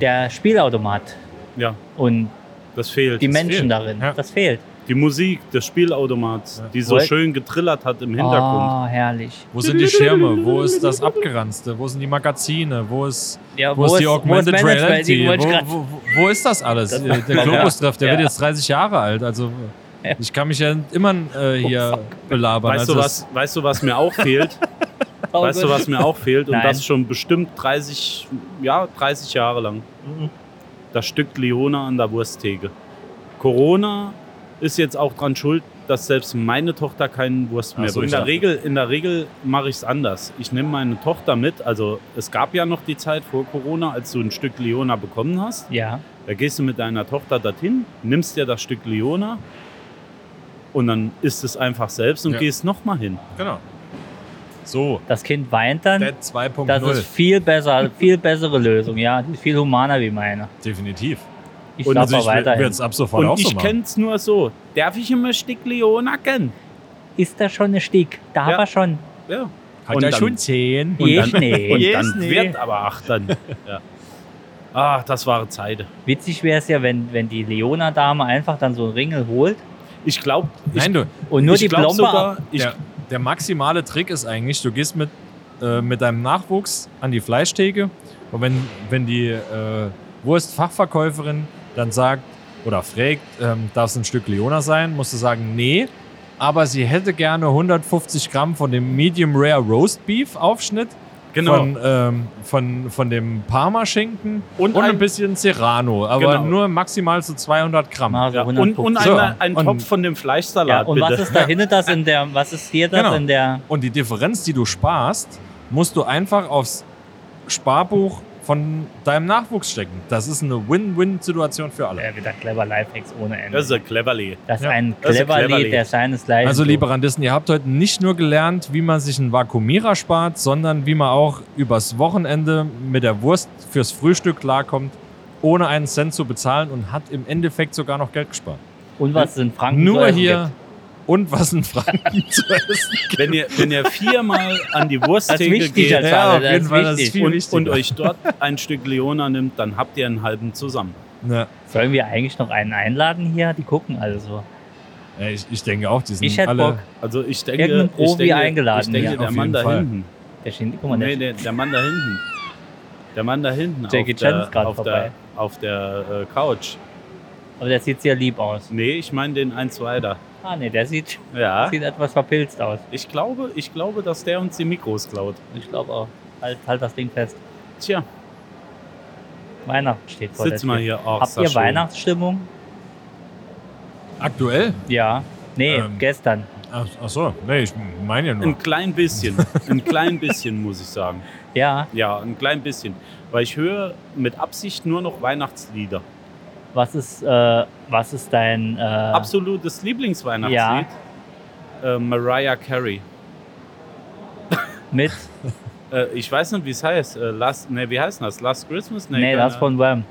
Speaker 3: der Spielautomat
Speaker 4: Ja,
Speaker 3: und
Speaker 4: das fehlt.
Speaker 3: die Menschen
Speaker 2: fehlt.
Speaker 3: darin,
Speaker 2: Ja.
Speaker 3: das fehlt.
Speaker 4: Die Musik des Spielautomats, die so
Speaker 3: Wollt-
Speaker 4: schön getrillert hat im Hintergrund.
Speaker 3: Oh, herrlich.
Speaker 2: Wo sind die Schirme? Wo ist das Abgeranzte? Wo sind die Magazine? Wo ist,
Speaker 3: Ja,
Speaker 2: wo ist die Augmented
Speaker 3: Management? Die
Speaker 2: Reality?
Speaker 3: wollte ich
Speaker 2: Wo,
Speaker 3: grad-
Speaker 2: wo, wo- wo ist das alles? Äh,
Speaker 3: Das-
Speaker 2: der Globus trifft, der
Speaker 3: Ja.
Speaker 2: wird jetzt 30 Jahre alt. Also ich kann mich ja immer äh, hier belabern.
Speaker 4: Weißt,
Speaker 2: also
Speaker 4: du, was, weißt du, was mir auch fehlt?
Speaker 3: Oh
Speaker 4: weißt du,
Speaker 3: Gott.
Speaker 4: was mir auch fehlt? Und
Speaker 3: Nein.
Speaker 4: das schon bestimmt 30, ja, 30 Jahre lang. Das Stück Leona an der Wursttheke. Corona ist jetzt auch dran schuld, dass selbst meine Tochter keinen Wurst mehr
Speaker 2: Ach so,
Speaker 4: bringt.
Speaker 2: ich
Speaker 4: Also In der
Speaker 2: dachte-
Speaker 4: Regel, in der Regel mache ich es anders. Ich nehme meine Tochter mit. Also es gab ja noch die Zeit vor Corona, als du ein Stück Leona bekommen hast.
Speaker 3: Ja,
Speaker 4: Da gehst du mit deiner Tochter dorthin, nimmst dir das Stück Leona und dann isst es einfach selbst und
Speaker 2: Ja.
Speaker 4: gehst nochmal hin.
Speaker 2: Genau. So,
Speaker 3: das Kind weint dann.
Speaker 2: Dead
Speaker 3: Das ist
Speaker 2: 2.0.
Speaker 3: viel besser, also viel bessere Lösung, ja. Die ist viel humaner wie meine.
Speaker 2: Definitiv.
Speaker 3: Ich
Speaker 4: Und
Speaker 3: schlafe
Speaker 2: also ich
Speaker 3: weiterhin.
Speaker 2: werde es ab sofort auch
Speaker 4: und
Speaker 2: so
Speaker 4: ich
Speaker 2: machen.
Speaker 4: kenne es nur so. Darf ich immer Stück Leona kennen?
Speaker 3: Ist da schon ein Stieg? Da
Speaker 4: Ja.
Speaker 3: war schon.
Speaker 4: Ja.
Speaker 2: Hat
Speaker 4: Und
Speaker 2: ja
Speaker 4: dann- <laughs>
Speaker 2: schon <laughs> 10.
Speaker 4: Und
Speaker 3: Je
Speaker 4: dann,
Speaker 3: Schnee.
Speaker 4: und
Speaker 3: Je
Speaker 4: dann
Speaker 3: Schnee.
Speaker 4: wird aber ach dann. Ja. Ah, das waren Zeiten.
Speaker 3: Witzig wäre es ja, wenn, wenn die Leona-Dame einfach dann so einen Ringel holt
Speaker 4: Ich glaube,
Speaker 2: Nein, du,
Speaker 3: und nur
Speaker 4: ich
Speaker 3: die
Speaker 4: glaub
Speaker 3: Plombe ab.
Speaker 4: sogar, ich,
Speaker 2: der, der maximale Trick ist eigentlich, du gehst mit, äh, mit deinem Nachwuchs an die Fleischtheke und wenn, wenn die äh, Wurstfachverkäuferin dann sagt oder fragt, ähm, darf es ein Stück Leona sein, musst du sagen, nee, aber sie hätte gerne 150 Gramm von dem Medium Rare Roast Beef Aufschnitt.
Speaker 4: Genau.
Speaker 2: Von, ähm, von, von dem Parma-Schinken und,
Speaker 4: Und
Speaker 2: ein,
Speaker 4: ein-
Speaker 2: bisschen Serrano, aber
Speaker 4: Genau.
Speaker 2: nur maximal so 200 Gramm.
Speaker 3: Mal so
Speaker 4: ja. Und,
Speaker 3: 150.
Speaker 4: und
Speaker 2: So.
Speaker 4: ein, ein
Speaker 2: Und-
Speaker 4: Topf von dem
Speaker 3: ja,
Speaker 4: Fleischsalat,
Speaker 3: und
Speaker 4: bitte.
Speaker 3: was ist da hinten das in der, was ist hier das
Speaker 2: Genau.
Speaker 3: in der,
Speaker 2: Und die Differenz, die du sparst, musst du einfach aufs Sparbuch von deinem Nachwuchs stecken. Das ist eine Win-Win-Situation für alle.
Speaker 3: ja, wieder clever Lifehacks ohne Ende.
Speaker 4: das ist ein Cleverly.
Speaker 3: Das ist
Speaker 2: Ja,
Speaker 3: ein
Speaker 4: das ist ein
Speaker 3: Cleverlied,
Speaker 4: Cleverlied.
Speaker 3: der seines Leidens.
Speaker 2: Also, Lieberandisten, ihr habt heute nicht nur gelernt, wie man sich einen Vakuumierer spart, sondern wie man auch übers Wochenende mit der Wurst fürs Frühstück klarkommt, ohne einen Cent zu bezahlen und hat im Endeffekt sogar noch Geld gespart.
Speaker 3: Und was es in Franken zu
Speaker 2: nur
Speaker 3: essen
Speaker 2: hier
Speaker 3: gibt.
Speaker 2: und was in Franken <laughs> zu essen.
Speaker 4: Wenn ihr, wenn ihr viermal an die
Speaker 3: Das ist
Speaker 4: Wursttheke
Speaker 3: wichtig,
Speaker 4: geht
Speaker 3: als
Speaker 2: Ja, auf
Speaker 3: Vater, das
Speaker 2: jeden
Speaker 3: ist
Speaker 2: Fall, das ist
Speaker 3: wichtig.
Speaker 2: viel
Speaker 4: und,
Speaker 2: wichtiger.
Speaker 4: und euch dort ein Stück Leona nimmt, dann habt ihr einen halben zusammen.
Speaker 2: Ne.
Speaker 3: Sollen wir eigentlich noch einen einladen hier? Die gucken alle so.
Speaker 2: Ja, Ich, ich denke auch, die sind
Speaker 3: Ich hätte
Speaker 2: alle.
Speaker 3: Bock.
Speaker 4: Also ich denke,
Speaker 3: Irgendein Profi
Speaker 4: ich denke,
Speaker 3: eingeladen,
Speaker 4: ich denke
Speaker 3: ja.
Speaker 4: der
Speaker 2: Auf
Speaker 4: Mann
Speaker 2: jeden
Speaker 4: da
Speaker 2: Fall.
Speaker 4: hinten.
Speaker 3: Der steht, guck mal,
Speaker 4: nee,
Speaker 3: der,
Speaker 4: der, der Mann da hinten. Der Mann da hinten
Speaker 3: Jackie
Speaker 4: auf
Speaker 3: Chan
Speaker 4: der,
Speaker 3: ist gerade
Speaker 4: auf
Speaker 3: vorbei.
Speaker 4: der, auf der äh, Couch.
Speaker 3: aber der sieht sehr lieb aus.
Speaker 4: Nee, ich meine den eins weiter.
Speaker 3: Ah, nee, der sieht,
Speaker 4: Ja.
Speaker 3: sieht etwas verpilzt aus.
Speaker 4: Ich glaube, ich glaube, dass der uns die Mikros klaut.
Speaker 3: Ich glaube auch. Halt, halt das Ding fest.
Speaker 4: Tja,
Speaker 3: Weihnachten steht vor
Speaker 4: sitzen
Speaker 3: der
Speaker 4: wir
Speaker 3: Tür.
Speaker 4: hier. Ach,
Speaker 3: Habt
Speaker 4: ist das
Speaker 3: ihr
Speaker 4: schön.
Speaker 3: Weihnachtsstimmung?
Speaker 2: Aktuell?
Speaker 3: Ja. Nee,
Speaker 2: Ähm.
Speaker 3: gestern.
Speaker 2: Ach, ach so, nee, ich meine ja nur.
Speaker 4: Ein
Speaker 3: <laughs>
Speaker 4: klein bisschen, ein klein bisschen muss ich sagen.
Speaker 3: Ja,
Speaker 4: Ja, ein klein bisschen, weil ich höre mit Absicht nur noch Weihnachtslieder.
Speaker 3: was ist, äh, was ist dein... Äh,
Speaker 4: Absolutes Lieblingsweihnachtslied. Äh, Mariah Carey.
Speaker 3: Mit?
Speaker 4: Äh, ich weiß nicht, wie es heißt. Äh, Last, nee, wie heißt das? Last Christmas?
Speaker 3: Nee, das
Speaker 4: keine-
Speaker 3: von Wham.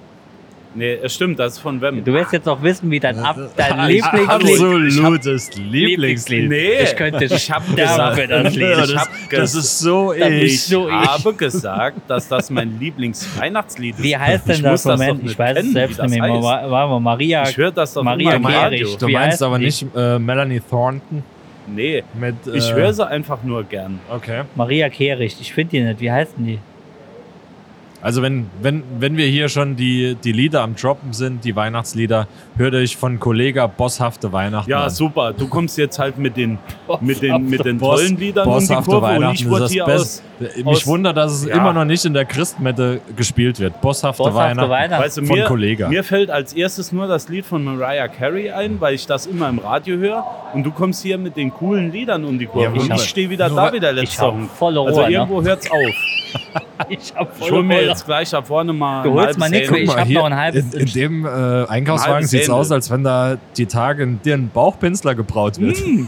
Speaker 4: Nee, äh, stimmt, das ist von Wem.
Speaker 3: Du wirst jetzt noch wissen, wie dein, Ab dein
Speaker 2: Ich-
Speaker 3: Lieblingslied...
Speaker 2: absolutes Lieblingslied.
Speaker 4: Nee,
Speaker 3: Ich könnte sterben für
Speaker 4: <laughs>
Speaker 3: das
Speaker 2: Ja,
Speaker 3: Lied.
Speaker 4: Ich
Speaker 2: das,
Speaker 4: hab
Speaker 2: das ist so
Speaker 3: Das ist
Speaker 2: ich.
Speaker 4: Ich
Speaker 3: so ich.
Speaker 4: habe gesagt, dass das
Speaker 2: <laughs>
Speaker 4: mein Lieblingsweihnachtslied ist.
Speaker 3: Wie heißt denn
Speaker 4: ich
Speaker 3: das?
Speaker 4: muss das
Speaker 3: Moment,
Speaker 4: doch
Speaker 3: ich weiß es
Speaker 4: kennen,
Speaker 3: selbst
Speaker 4: wie das
Speaker 3: nicht mehr.
Speaker 4: heißt.
Speaker 3: War, war mal Maria.
Speaker 4: Ich höre das doch
Speaker 3: Maria
Speaker 4: immer im
Speaker 3: Carey.
Speaker 4: Radio.
Speaker 2: Du
Speaker 3: Wie heißt
Speaker 2: meinst aber
Speaker 3: die?
Speaker 2: nicht äh, Melanie Thornton
Speaker 4: Nee,
Speaker 2: mit. Äh,
Speaker 4: ich höre sie einfach nur gern.
Speaker 2: Okay.
Speaker 3: Maria Kehricht. Ich finde die nicht. Wie heißen die?
Speaker 2: Also, wenn, wenn, wenn wir hier schon die, die Lieder am Droppen sind, die Weihnachtslieder, hört euch von Kollega Bosshafte Weihnachten.
Speaker 4: Ja,
Speaker 2: an.
Speaker 4: super. Du kommst jetzt halt mit den, mit den, mit den
Speaker 2: Boss-
Speaker 4: tollen Liedern um die
Speaker 2: Bosshafte
Speaker 4: Kurve und ich
Speaker 2: Weihnachten
Speaker 4: wurde
Speaker 2: ist
Speaker 4: hier
Speaker 2: das Beste.
Speaker 4: aus,
Speaker 2: Mich
Speaker 4: aus-
Speaker 2: wundert, dass es
Speaker 4: Ja.
Speaker 2: immer noch nicht in der Christmette gespielt wird. Bosshafte,
Speaker 3: Boshafte
Speaker 2: Weihnachten.
Speaker 3: Weihnachten.
Speaker 4: weißt du,
Speaker 2: Von
Speaker 4: mir,
Speaker 2: Kollega.
Speaker 4: mir fällt als erstes nur das Lied von Mariah Carey ein, weil ich das immer im Radio höre und du kommst hier mit den coolen Liedern um die
Speaker 2: Ja,
Speaker 4: Kurve
Speaker 2: ich
Speaker 4: und
Speaker 2: hab-
Speaker 4: ich stehe wieder
Speaker 2: nur
Speaker 4: da
Speaker 2: weil-
Speaker 4: wie der
Speaker 3: ich
Speaker 4: letzte
Speaker 3: habe
Speaker 4: Song.
Speaker 3: volle Rohr.
Speaker 4: Also
Speaker 3: ne?
Speaker 4: irgendwo hört's auf.
Speaker 3: <laughs> Ich habe
Speaker 4: Ich
Speaker 3: volle
Speaker 4: hol mir
Speaker 3: Rohr.
Speaker 4: jetzt gleich da vorne mal.
Speaker 3: Du
Speaker 4: ein
Speaker 3: holst mal
Speaker 4: halbes
Speaker 3: nix,
Speaker 4: Händel.
Speaker 3: ich hab
Speaker 2: hier
Speaker 3: noch ein halbes-
Speaker 2: In, in dem äh, Einkaufswagen
Speaker 4: halbes
Speaker 2: sieht es
Speaker 4: Händel.
Speaker 2: aus, als wenn da die Tage ein Dirnbauchpinsler gebraut wird.
Speaker 4: Mm.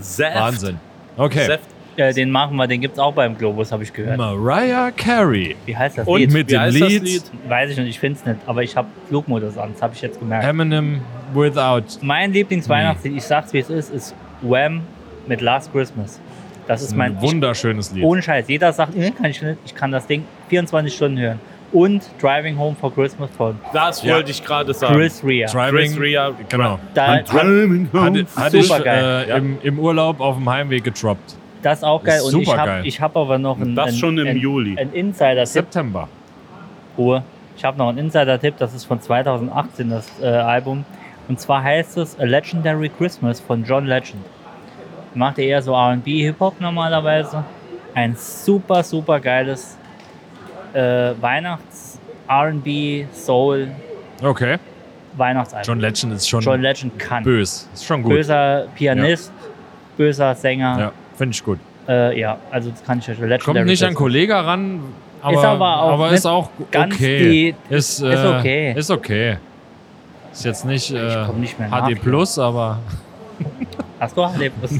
Speaker 4: Saft.
Speaker 2: Wahnsinn. Okay.
Speaker 4: Saft.
Speaker 3: Ja, Äh, den machen wir. Den gibt's auch beim Globus, habe ich gehört.
Speaker 2: Mariah Carey.
Speaker 3: Wie heißt das
Speaker 4: Und
Speaker 3: Lied?
Speaker 2: mit
Speaker 4: wie
Speaker 2: dem
Speaker 4: heißt das
Speaker 2: Lied?
Speaker 4: Lied?
Speaker 3: Weiß ich nicht. Ich finde es nicht. Aber ich habe Flugmodus an. Das habe ich jetzt gemerkt.
Speaker 2: Eminem Without.
Speaker 3: mein Lieblingsweihnachtslied, ich sag's wie es ist, ist Wham mit Last Christmas. Das ist mein.
Speaker 2: Ein wunderschönes Lied.
Speaker 3: Ohne Scheiß. Jeder sagt, "Nee, kann ich nicht. Ich kann das Ding 24 Stunden hören. Und Driving Home for Christmas von
Speaker 4: Das
Speaker 2: Ja.
Speaker 4: wollte ich gerade sagen.
Speaker 3: Chris Rea.
Speaker 4: Chris Rea.
Speaker 2: Genau.
Speaker 3: Da,
Speaker 4: Driving
Speaker 2: Hatte, hatte ich
Speaker 3: Supergeil.
Speaker 2: äh, im, im Urlaub auf dem Heimweg getroppt.
Speaker 3: das ist auch geil.
Speaker 2: Ist
Speaker 3: Und ich habe
Speaker 2: supergeil.
Speaker 3: hab aber noch einen,
Speaker 4: Das
Speaker 3: einen,
Speaker 4: schon im
Speaker 3: einen,
Speaker 4: Juli.
Speaker 3: einen Insider-Tipp.
Speaker 2: September.
Speaker 3: Ruhe. Ich habe noch einen Insider-Tipp. Das ist von 2018, das äh, Album. Und zwar heißt es A Legendary Christmas von John Legend. Macht er eher so RB, Hip-Hop normalerweise. Ein super, super geiles äh, Weihnachts-RB, Soul,
Speaker 2: Okay.
Speaker 3: Weihnachtsalbum.
Speaker 2: John Legend ist schon
Speaker 3: John Legend kann.
Speaker 2: bös. Ist schon gut.
Speaker 3: Böser Pianist, böser Sänger.
Speaker 2: Ja, finde ich gut.
Speaker 3: Ja. Äh, ja, also das kann ich euch. Legendary
Speaker 2: Kommt nicht an
Speaker 3: Christmas.
Speaker 2: Kollege ran, aber,
Speaker 3: aber auch nicht
Speaker 2: ist auch
Speaker 3: ganz
Speaker 2: okay.
Speaker 3: die-
Speaker 2: ist, äh,
Speaker 3: ist okay.
Speaker 2: Ist okay. Ist jetzt nicht, äh,
Speaker 3: komm nicht mehr nach
Speaker 2: HD
Speaker 3: hier.
Speaker 2: Plus, aber
Speaker 3: Hast du HD
Speaker 2: <laughs>
Speaker 3: Plus?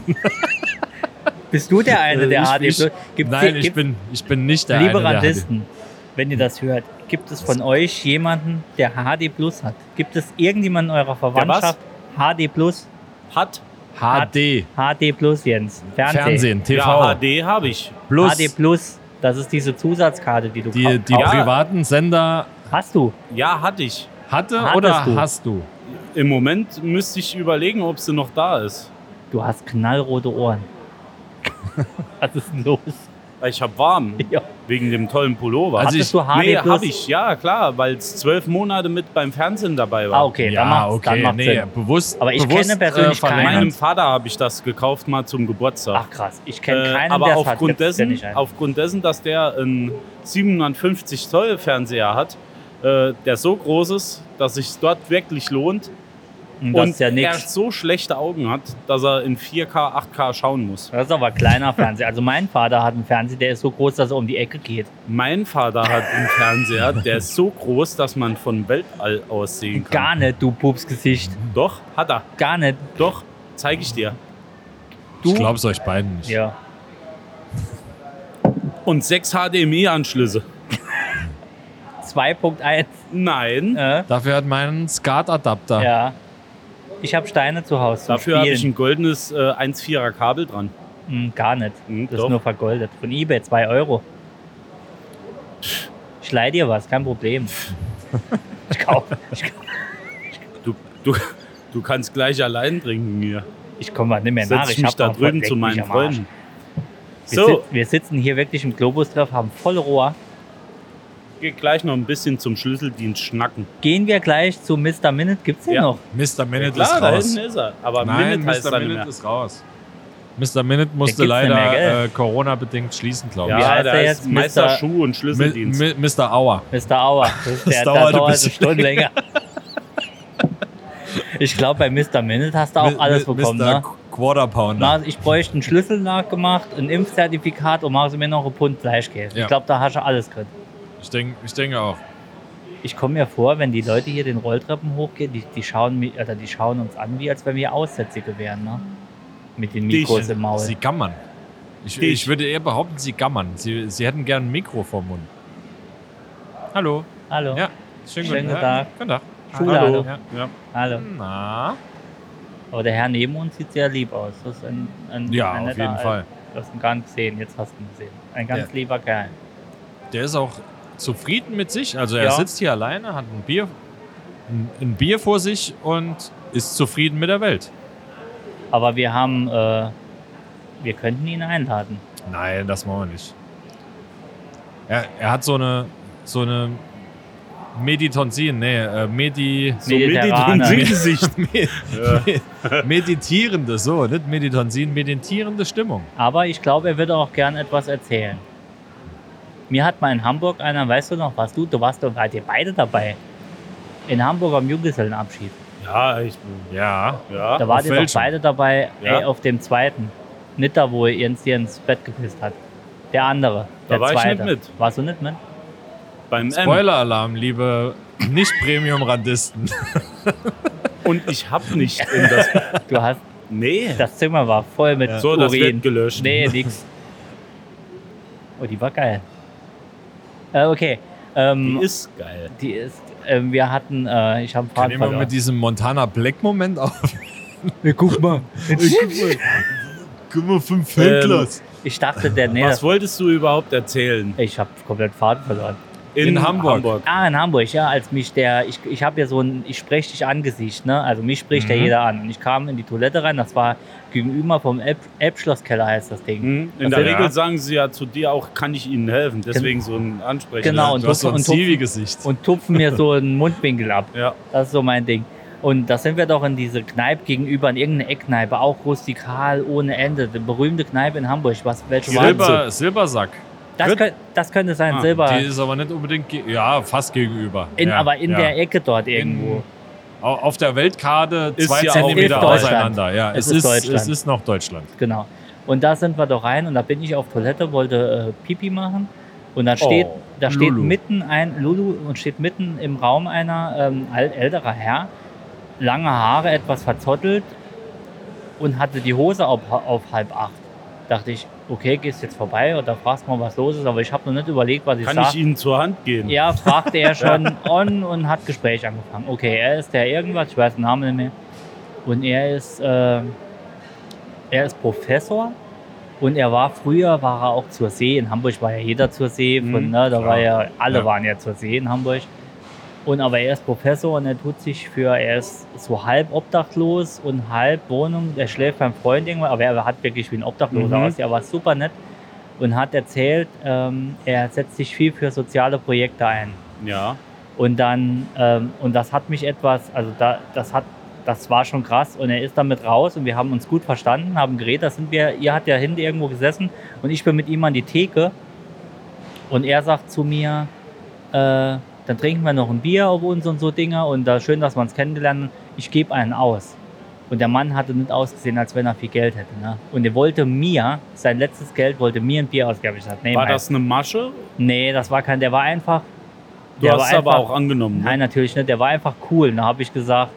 Speaker 3: Bist du der eine, der
Speaker 2: Äh, ich,
Speaker 3: HD Plus?
Speaker 2: ich,
Speaker 3: Gibt's-
Speaker 2: Nein, ich
Speaker 3: gibt's-
Speaker 2: bin, ich bin nicht der
Speaker 3: Liebe
Speaker 2: eine, der HD
Speaker 3: Randisten, wenn ihr das hört, gibt es von euch jemanden, der HD Plus hat? Gibt es irgendjemanden in eurer Verwandtschaft? HD Plus,
Speaker 4: Hat
Speaker 2: HD.
Speaker 3: HD Plus, Jens. Fernsehen.
Speaker 2: Fernsehen, TV.
Speaker 4: ja, HD habe ich.
Speaker 2: Plus.
Speaker 3: HD Plus, das ist diese Zusatzkarte, die du
Speaker 2: Die,
Speaker 3: kauft-
Speaker 2: die
Speaker 4: Ja.
Speaker 2: privaten Sender
Speaker 3: Hast du?
Speaker 4: Ja, hatte ich.
Speaker 2: hatte
Speaker 3: Hattest
Speaker 2: oder
Speaker 3: du?
Speaker 2: hast du?
Speaker 4: Im Moment müsste ich überlegen, ob sie noch da ist.
Speaker 3: Du hast knallrote Ohren. Was ist denn los?
Speaker 4: Ich habe warm,
Speaker 3: Ja.
Speaker 4: wegen dem tollen Pullover.
Speaker 2: Also
Speaker 3: Hattest du HD
Speaker 4: nee,
Speaker 3: Plus?
Speaker 4: hab ich, ja klar, weil es zwölf Monate mit beim Fernsehen dabei war.
Speaker 3: Ah, okay, dann macht's, dann macht's
Speaker 2: nee,
Speaker 3: Sinn.
Speaker 2: bewusst.
Speaker 3: Aber ich
Speaker 2: bewusst,
Speaker 3: kenne persönlich
Speaker 2: äh, verlängert.
Speaker 4: Meinem Vater habe ich das gekauft, mal zum Geburtstag.
Speaker 3: Ach krass, ich kenne
Speaker 4: Äh,
Speaker 3: keinen,
Speaker 4: aber
Speaker 3: der's hat.
Speaker 4: aufgrund,
Speaker 3: Gibt's ja
Speaker 4: dessen,
Speaker 3: nicht einen.
Speaker 4: aufgrund dessen, dass der einen 750 Zoll Fernseher hat, äh, der so groß ist, dass sich dort wirklich lohnt
Speaker 3: Und das
Speaker 4: und
Speaker 3: ist ja
Speaker 4: er
Speaker 3: nichts.
Speaker 4: so schlechte Augen hat, dass er in 4K, 8K schauen muss.
Speaker 3: Das ist aber ein kleiner Fernseher. Also mein Vater hat einen Fernseher, der ist so groß, dass er um die Ecke geht.
Speaker 4: Mein Vater hat einen Fernseher, der ist so groß, dass man von Weltall aus sehen kann.
Speaker 3: Gar nicht, du Pupsgesicht.
Speaker 4: Doch, hat er.
Speaker 3: Gar nicht.
Speaker 4: Doch, zeige ich dir.
Speaker 3: Du?
Speaker 2: Ich glaub's euch beiden nicht.
Speaker 3: Ja.
Speaker 4: Und sechs HDMI-Anschlüsse.
Speaker 3: 2.1.
Speaker 4: Nein,
Speaker 3: Äh,
Speaker 2: Dafür hat meinen SCART-Adapter.
Speaker 3: ja. Ich habe Steine zu Hause. Zum
Speaker 4: dafür habe ich
Speaker 3: Spielen.
Speaker 4: ein goldenes äh, 1,4er Kabel dran.
Speaker 3: Hm, gar nicht.
Speaker 4: Hm,
Speaker 3: das
Speaker 4: doch.
Speaker 3: ist nur vergoldet. Von eBay 2 Euro. Ich leih dir was, kein Problem. Ich kaufe. Ich,
Speaker 4: Du, du, du kannst gleich allein trinken hier.
Speaker 3: ich komme mal nicht mehr nach.
Speaker 4: Setz ich mich
Speaker 3: hab
Speaker 4: da
Speaker 3: noch-
Speaker 4: drüben
Speaker 3: leck
Speaker 4: zu
Speaker 3: mich
Speaker 4: meinen
Speaker 3: am Arsch.
Speaker 4: Freunden.
Speaker 3: Wir,
Speaker 4: So,
Speaker 3: sit wir sitzen hier wirklich im Globus drauf, haben voll Rohr.
Speaker 4: geh gleich noch ein bisschen zum Schlüsseldienst schnacken.
Speaker 3: Gehen wir gleich zu Mr. Minute. Gibt's den
Speaker 4: Ja.
Speaker 3: noch?
Speaker 2: Mr. Minute
Speaker 4: Klar,
Speaker 2: ist
Speaker 4: da
Speaker 2: raus.
Speaker 4: hinten ist er. Aber
Speaker 2: Nein,
Speaker 4: Minute heißt
Speaker 2: Mr.
Speaker 4: er nicht
Speaker 2: Minute
Speaker 4: mehr.
Speaker 2: ist raus. Mr. Minute musste
Speaker 3: gibt's nicht mehr,
Speaker 2: leider
Speaker 3: gell?
Speaker 2: äh, Corona-bedingt schließen, glaube
Speaker 3: Wie
Speaker 4: Ja,
Speaker 3: heißt
Speaker 4: da
Speaker 3: er
Speaker 4: ist
Speaker 3: jetzt?
Speaker 4: Meister
Speaker 3: Mr.
Speaker 4: Schuh und
Speaker 2: ich.
Speaker 4: Schlüsseldienst.
Speaker 2: Mi- Mi- Mr. Auer. <laughs>
Speaker 3: Mr. Auer. Das, der,
Speaker 2: dauert
Speaker 3: dauert
Speaker 2: ein
Speaker 3: da dauert
Speaker 2: bisschen
Speaker 3: eine Stunde länger. Ich glaube, bei Mr. Minute hast du auch
Speaker 2: Mi-
Speaker 3: alles
Speaker 2: Mi-
Speaker 3: bekommen,
Speaker 2: Mr.
Speaker 3: ne?
Speaker 2: Quarter Pounder.
Speaker 3: Na, ich bräuchte einen Schlüssel nachgemacht, ein Impfzertifikat und machst mir noch einen Pfund Fleischkäse.
Speaker 2: Ja.
Speaker 3: Ich glaube, da hast du alles drin.
Speaker 2: Ich denke ich denke auch.
Speaker 3: Ich komme mir vor, wenn die Leute hier den Rolltreppen hochgehen, die, die, schauen, mi- oder die schauen uns an, wie als wenn wir Aussätzige wären, ne? Mit den
Speaker 4: Dich,
Speaker 3: Mikros im Maul.
Speaker 2: Sie gammern. Ich,
Speaker 4: Dich.
Speaker 2: ich würde eher behaupten, sie gammern. Sie, sie hätten gern ein Mikro vorm Mund. Hallo.
Speaker 3: Hallo.
Speaker 2: Ja, schönen
Speaker 3: Schönen
Speaker 2: guten
Speaker 3: guten
Speaker 2: Tag.
Speaker 3: Tag.
Speaker 2: Guten Tag.
Speaker 3: Schule, hallo.
Speaker 2: Ja.
Speaker 4: Ja.
Speaker 3: Hallo.
Speaker 2: Na,
Speaker 3: Aber der Herr neben uns sieht sehr lieb aus. Das ist ein, ein,
Speaker 2: ja,
Speaker 3: ein
Speaker 2: auf
Speaker 3: netter
Speaker 2: jeden
Speaker 3: Al-
Speaker 2: Fall.
Speaker 3: Du hast ihn gar nicht gesehen, jetzt hast du ihn gesehen. Ein ganz
Speaker 2: Ja.
Speaker 3: lieber Kerl.
Speaker 2: Der ist auch zufrieden mit sich. Also er
Speaker 3: Ja.
Speaker 2: sitzt hier alleine, hat ein Bier, ein, ein Bier vor sich und ist zufrieden mit der Welt.
Speaker 3: Aber wir haben, äh, wir könnten ihn einladen.
Speaker 2: Nein, das machen wir nicht. Er, er hat so eine, so eine Meditonsin, nee, äh, Medi...
Speaker 4: So
Speaker 3: Mediterraner.
Speaker 2: <laughs>
Speaker 4: Meditierengesicht.
Speaker 2: meditierende, so, nicht Meditonsin, meditierende Stimmung.
Speaker 3: Aber ich glaube, er würde auch gern etwas erzählen. Mir hat mal in Hamburg einer, weißt du noch, warst du, du warst doch, wart ihr beide dabei. In Hamburg am Junggesellenabschied.
Speaker 4: Ja, ich,
Speaker 2: Ja.
Speaker 4: ja.
Speaker 3: Da wart
Speaker 2: auf
Speaker 3: ihr doch
Speaker 2: welchem?
Speaker 3: beide dabei,
Speaker 4: Ja.
Speaker 3: ey, auf dem zweiten. Nicht da, wo Jens dir ins Bett gepisst hat. Der andere.
Speaker 4: Da
Speaker 3: der
Speaker 4: war ich
Speaker 3: zweite.
Speaker 4: nicht mit.
Speaker 3: Warst du nicht mit?
Speaker 4: beim M.
Speaker 2: Spoiler-Alarm, liebe Nicht-Premium-Randisten.
Speaker 4: Und ich hab nicht in das.
Speaker 3: Du hast,
Speaker 4: Nee.
Speaker 3: <laughs> das Zimmer war voll mit
Speaker 4: So, das
Speaker 3: Urin.
Speaker 4: wird gelöscht.
Speaker 3: Nee,
Speaker 4: <laughs>
Speaker 3: nix. Oh, die war geil. Äh, okay. Ähm,
Speaker 4: Die ist geil.
Speaker 3: die ist ähm, wir hatten, äh, ich habe Fahrrad
Speaker 2: Nehmen wir
Speaker 3: verloren.
Speaker 2: mit diesem <laughs> Montana-Black-Moment auf.
Speaker 3: guck mal.
Speaker 2: Guck mal, fünf
Speaker 4: Ähm,
Speaker 3: Ich
Speaker 2: <laughs>
Speaker 3: dachte, der näher.
Speaker 4: Was wolltest du überhaupt erzählen?
Speaker 3: Ich habe komplett Faden verloren.
Speaker 4: In,
Speaker 2: Hamburg.
Speaker 3: Ah, in Hamburg, ja, als mich der, ich, ich habe ja so ein, ich spreche dich angesicht, ne? Also mich spricht ja
Speaker 2: Mhm.
Speaker 3: jeder an. Und ich kam in die Toilette rein, das war gegenüber vom Elb, Elbschlosskeller heißt das Ding.
Speaker 2: Mhm.
Speaker 4: Hm? In
Speaker 3: Das
Speaker 4: der
Speaker 3: ist-
Speaker 4: Regel sagen sie ja zu dir auch, kann ich Ihnen helfen? Deswegen so ein Ansprechen. ne?
Speaker 3: Genau,
Speaker 2: Du hast so ein
Speaker 3: Und Tupfen.
Speaker 2: Zivi-Gesicht.
Speaker 3: Und
Speaker 2: <laughs>
Speaker 3: tupfen mir so einen Mundwinkel ab.
Speaker 4: Ja.
Speaker 3: Das ist so mein Ding. Und da sind wir doch in diese Kneipe gegenüber, in irgendeine Eckkneipe, auch rustikal, ohne Ende. Die berühmte Kneipe in Hamburg. Was, welche war das?
Speaker 2: Silber, Silbersack.
Speaker 3: Das könnte, das könnte sein,
Speaker 4: Ah,
Speaker 3: Silber.
Speaker 2: Die ist aber nicht unbedingt, ge- ja, fast gegenüber.
Speaker 3: In,
Speaker 2: ja,
Speaker 3: aber in
Speaker 2: ja.
Speaker 3: der Ecke dort
Speaker 2: In-
Speaker 3: irgendwo.
Speaker 2: au- Auf der Weltkarte
Speaker 4: Ist
Speaker 2: zwei
Speaker 4: ja auch-
Speaker 2: Zentimeter
Speaker 3: Ist Deutschland.
Speaker 2: auseinander. Ja, es,
Speaker 3: Es ist
Speaker 2: ist,
Speaker 3: Deutschland.
Speaker 2: es ist noch Deutschland.
Speaker 3: Genau. Und da sind wir doch rein und da bin ich auf Toilette, wollte äh, Pipi machen. Und da
Speaker 2: Oh,
Speaker 3: steht, da steht
Speaker 2: Lulu.
Speaker 3: mitten ein Lulu und steht mitten im Raum einer ähm, al- älterer Herr, lange Haare, etwas verzottelt und hatte die Hose auf, auf halb acht. Dachte ich, okay, gehst jetzt vorbei oder fragst mal, was los ist, aber ich habe noch nicht überlegt, was ich
Speaker 4: Kann
Speaker 3: sage.
Speaker 4: ich Ihnen zur Hand gehen?
Speaker 3: Ja, fragte er schon on und hat Gespräch angefangen. Okay, er ist der irgendwas, ich weiß den Namen nicht mehr. Und er ist, äh, er ist Professor und er war früher, war er auch zur See. In Hamburg war ja jeder zur See, von,
Speaker 4: Mhm,
Speaker 3: ne, da
Speaker 4: klar.
Speaker 3: war ja, alle
Speaker 2: Ja.
Speaker 3: waren ja zur See in Hamburg. Und aber er ist Professor und er tut sich für, er ist so halb obdachlos und halb Wohnung, er schläft beim Freund irgendwann, aber er hat wirklich wie ein Obdachloser
Speaker 4: Mhm.
Speaker 3: aus, er war super nett und hat erzählt, ähm, er setzt sich viel für soziale Projekte ein.
Speaker 4: Ja.
Speaker 3: Und dann, ähm, und das hat mich etwas, also da, das hat, das war schon krass. Und er ist damit raus und wir haben uns gut verstanden, haben geredet. Da sind wir, ihr hat ja hinten irgendwo gesessen und ich bin mit ihm an die Theke. Und er sagt zu mir, äh, dann trinken wir noch ein Bier auf uns und so Dinge. Und da schön, dass wir uns kennengelernt haben. Ich gebe einen aus. Und der Mann hatte nicht ausgesehen, als wenn er viel Geld hätte. Ne? Und er wollte mir, sein letztes Geld, wollte mir ein Bier ausgeben. Ich sagte, nee,
Speaker 4: War
Speaker 3: Mike.
Speaker 4: das eine Masche?
Speaker 3: nee, das war kein, der war einfach.
Speaker 4: Du hast es aber auch angenommen. Ne?
Speaker 3: Nein, natürlich nicht. Der war einfach cool. Da habe ich gesagt,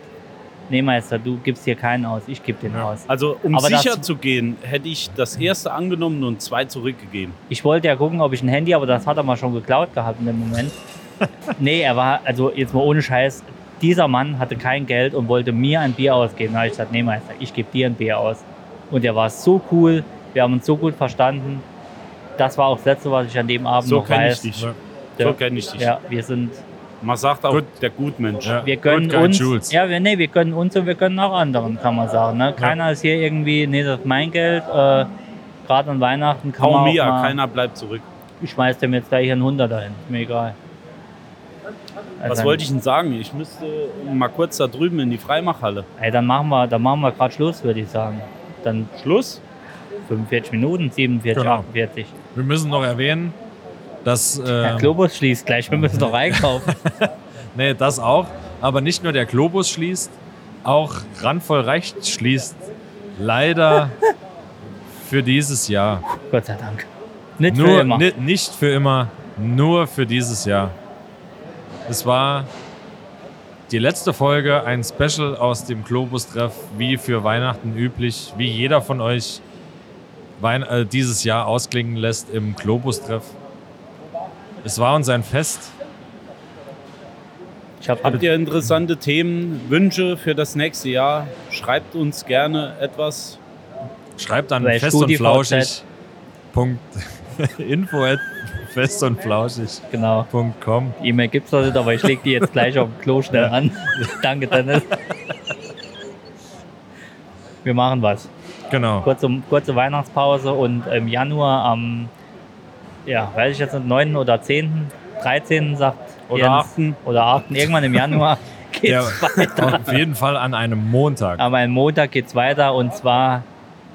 Speaker 3: nee, Meister, du gibst hier keinen aus, ich gebe den aus.
Speaker 4: Also, um
Speaker 3: Aber das-
Speaker 4: sicher zu gehen, hätte ich das erste angenommen und zwei zurückgegeben.
Speaker 3: Ich wollte ja gucken, ob ich ein Handy, aber das hat er mal schon geklaut gehabt in dem
Speaker 4: <laughs>
Speaker 3: Moment. nee, er war, also jetzt mal ohne Scheiß, dieser Mann hatte kein Geld und wollte mir ein Bier ausgeben. Da habe ich gesagt, nee, Meister, ich gebe dir ein Bier aus. Und er war so cool, wir haben uns so gut verstanden. Das war auch das Letzte, was ich an dem Abend
Speaker 4: So
Speaker 3: noch
Speaker 4: kenne ich
Speaker 3: weiß.
Speaker 4: dich.
Speaker 2: Ja.
Speaker 3: Ja.
Speaker 4: So kenne ich dich.
Speaker 3: Ja, wir sind,
Speaker 4: Man sagt auch
Speaker 2: Gut.
Speaker 4: der Gutmensch.
Speaker 2: Ja.
Speaker 3: wir
Speaker 2: Good
Speaker 3: gönnen
Speaker 2: guy
Speaker 3: uns,
Speaker 2: Jules.
Speaker 3: ja, wir, nee, wir gönnen uns und wir gönnen auch anderen, kann man sagen. Ne? Keiner ist hier irgendwie, nee, das ist mein Geld. Äh, Gerade an Weihnachten kann
Speaker 4: Kaum
Speaker 3: man
Speaker 4: Mia,
Speaker 3: auch mal,
Speaker 4: keiner bleibt zurück.
Speaker 3: Ich schmeiß dem jetzt gleich hier einen Hunderter hin, ist mir egal.
Speaker 4: Was
Speaker 3: Also,
Speaker 4: wollte ich denn sagen? Ich müsste mal kurz da drüben in die Freimachhalle.
Speaker 3: Ey, dann machen wir, dann machen wir gerade Schluss, würde ich sagen. Dann
Speaker 4: Schluss?
Speaker 3: 45 Minuten, 47,
Speaker 2: Genau.
Speaker 3: 48.
Speaker 2: Wir müssen noch erwähnen, dass.
Speaker 3: Der
Speaker 2: ähm,
Speaker 3: Globus schließt gleich, wir müssen noch einkaufen.
Speaker 2: Nee, das auch. Aber nicht nur der Globus schließt, auch Randvoll Recht schließt
Speaker 3: <laughs>
Speaker 2: leider für dieses Jahr.
Speaker 3: Gott sei Dank. Nicht für
Speaker 2: Nur,
Speaker 3: immer.
Speaker 2: ni- nicht für immer, nur für dieses Jahr. Es war die letzte Folge, ein Special aus dem Globus-Treff, wie für Weihnachten üblich, wie jeder von euch Wein äh, dieses Jahr ausklingen lässt im Globus-Treff. Es war uns ein Fest.
Speaker 3: Ich hab,
Speaker 4: Habt ihr interessante Themen, Wünsche für das nächste Jahr? Schreibt uns gerne etwas.
Speaker 2: Schreibt an
Speaker 3: Bei
Speaker 2: fest und
Speaker 3: StudiVZ.
Speaker 2: flauschig. Punkt. <laughs> Info at fest und flauschig.
Speaker 3: genau.
Speaker 2: Punkt com.
Speaker 3: Die E-Mail gibt's noch nicht, aber ich leg die jetzt gleich auf dem Klo schnell an. <laughs> Danke, Dennis. Wir machen was.
Speaker 2: Genau.
Speaker 3: Kurze, kurze Weihnachtspause und im Januar am, ja, weiß ich jetzt nicht, 9. oder 10., 13. sagt
Speaker 4: Oder 8..
Speaker 3: Oder 8. Irgendwann im Januar geht's
Speaker 2: Ja.
Speaker 3: weiter. Ah,
Speaker 2: Auf jeden Fall an einem Montag.
Speaker 3: Aber am Montag geht's weiter und zwar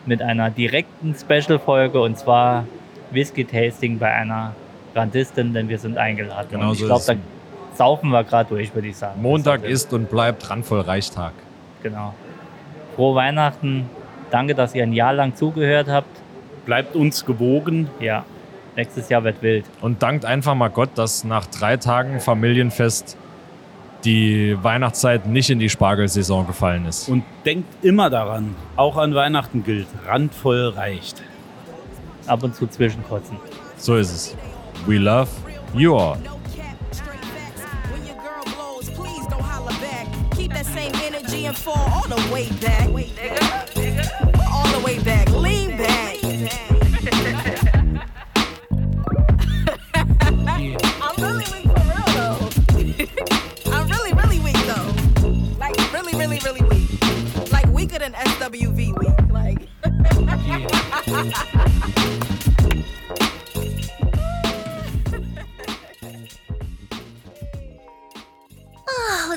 Speaker 3: mit einer direkten Special-Folge und zwar Whisky-Tasting bei einer Grandistin, denn wir sind eingeladen.
Speaker 2: Genau
Speaker 3: und ich
Speaker 2: so
Speaker 3: glaube,
Speaker 2: ist
Speaker 3: da
Speaker 2: es.
Speaker 3: saufen wir gerade durch, würde ich sagen.
Speaker 2: Montag
Speaker 3: Das heißt,
Speaker 2: ist und bleibt randvoll Reichtag.
Speaker 3: Genau. Frohe Weihnachten. Danke, dass ihr ein Jahr lang zugehört habt.
Speaker 4: Bleibt uns gewogen.
Speaker 3: Ja, nächstes Jahr wird wild.
Speaker 2: Und dankt einfach mal Gott, dass nach drei Tagen Familienfest die Weihnachtszeit nicht in die Spargelsaison gefallen ist.
Speaker 4: Und denkt immer daran, auch an Weihnachten gilt, randvoll reicht.
Speaker 3: Ab und zu zwischenkotzen.
Speaker 2: So ist es. We love you all.
Speaker 1: No cap, straight facts. When your girl blows, please don't holler back. Keep that same energy and fall all the way back. All the way back. Lean back.
Speaker 5: Oh,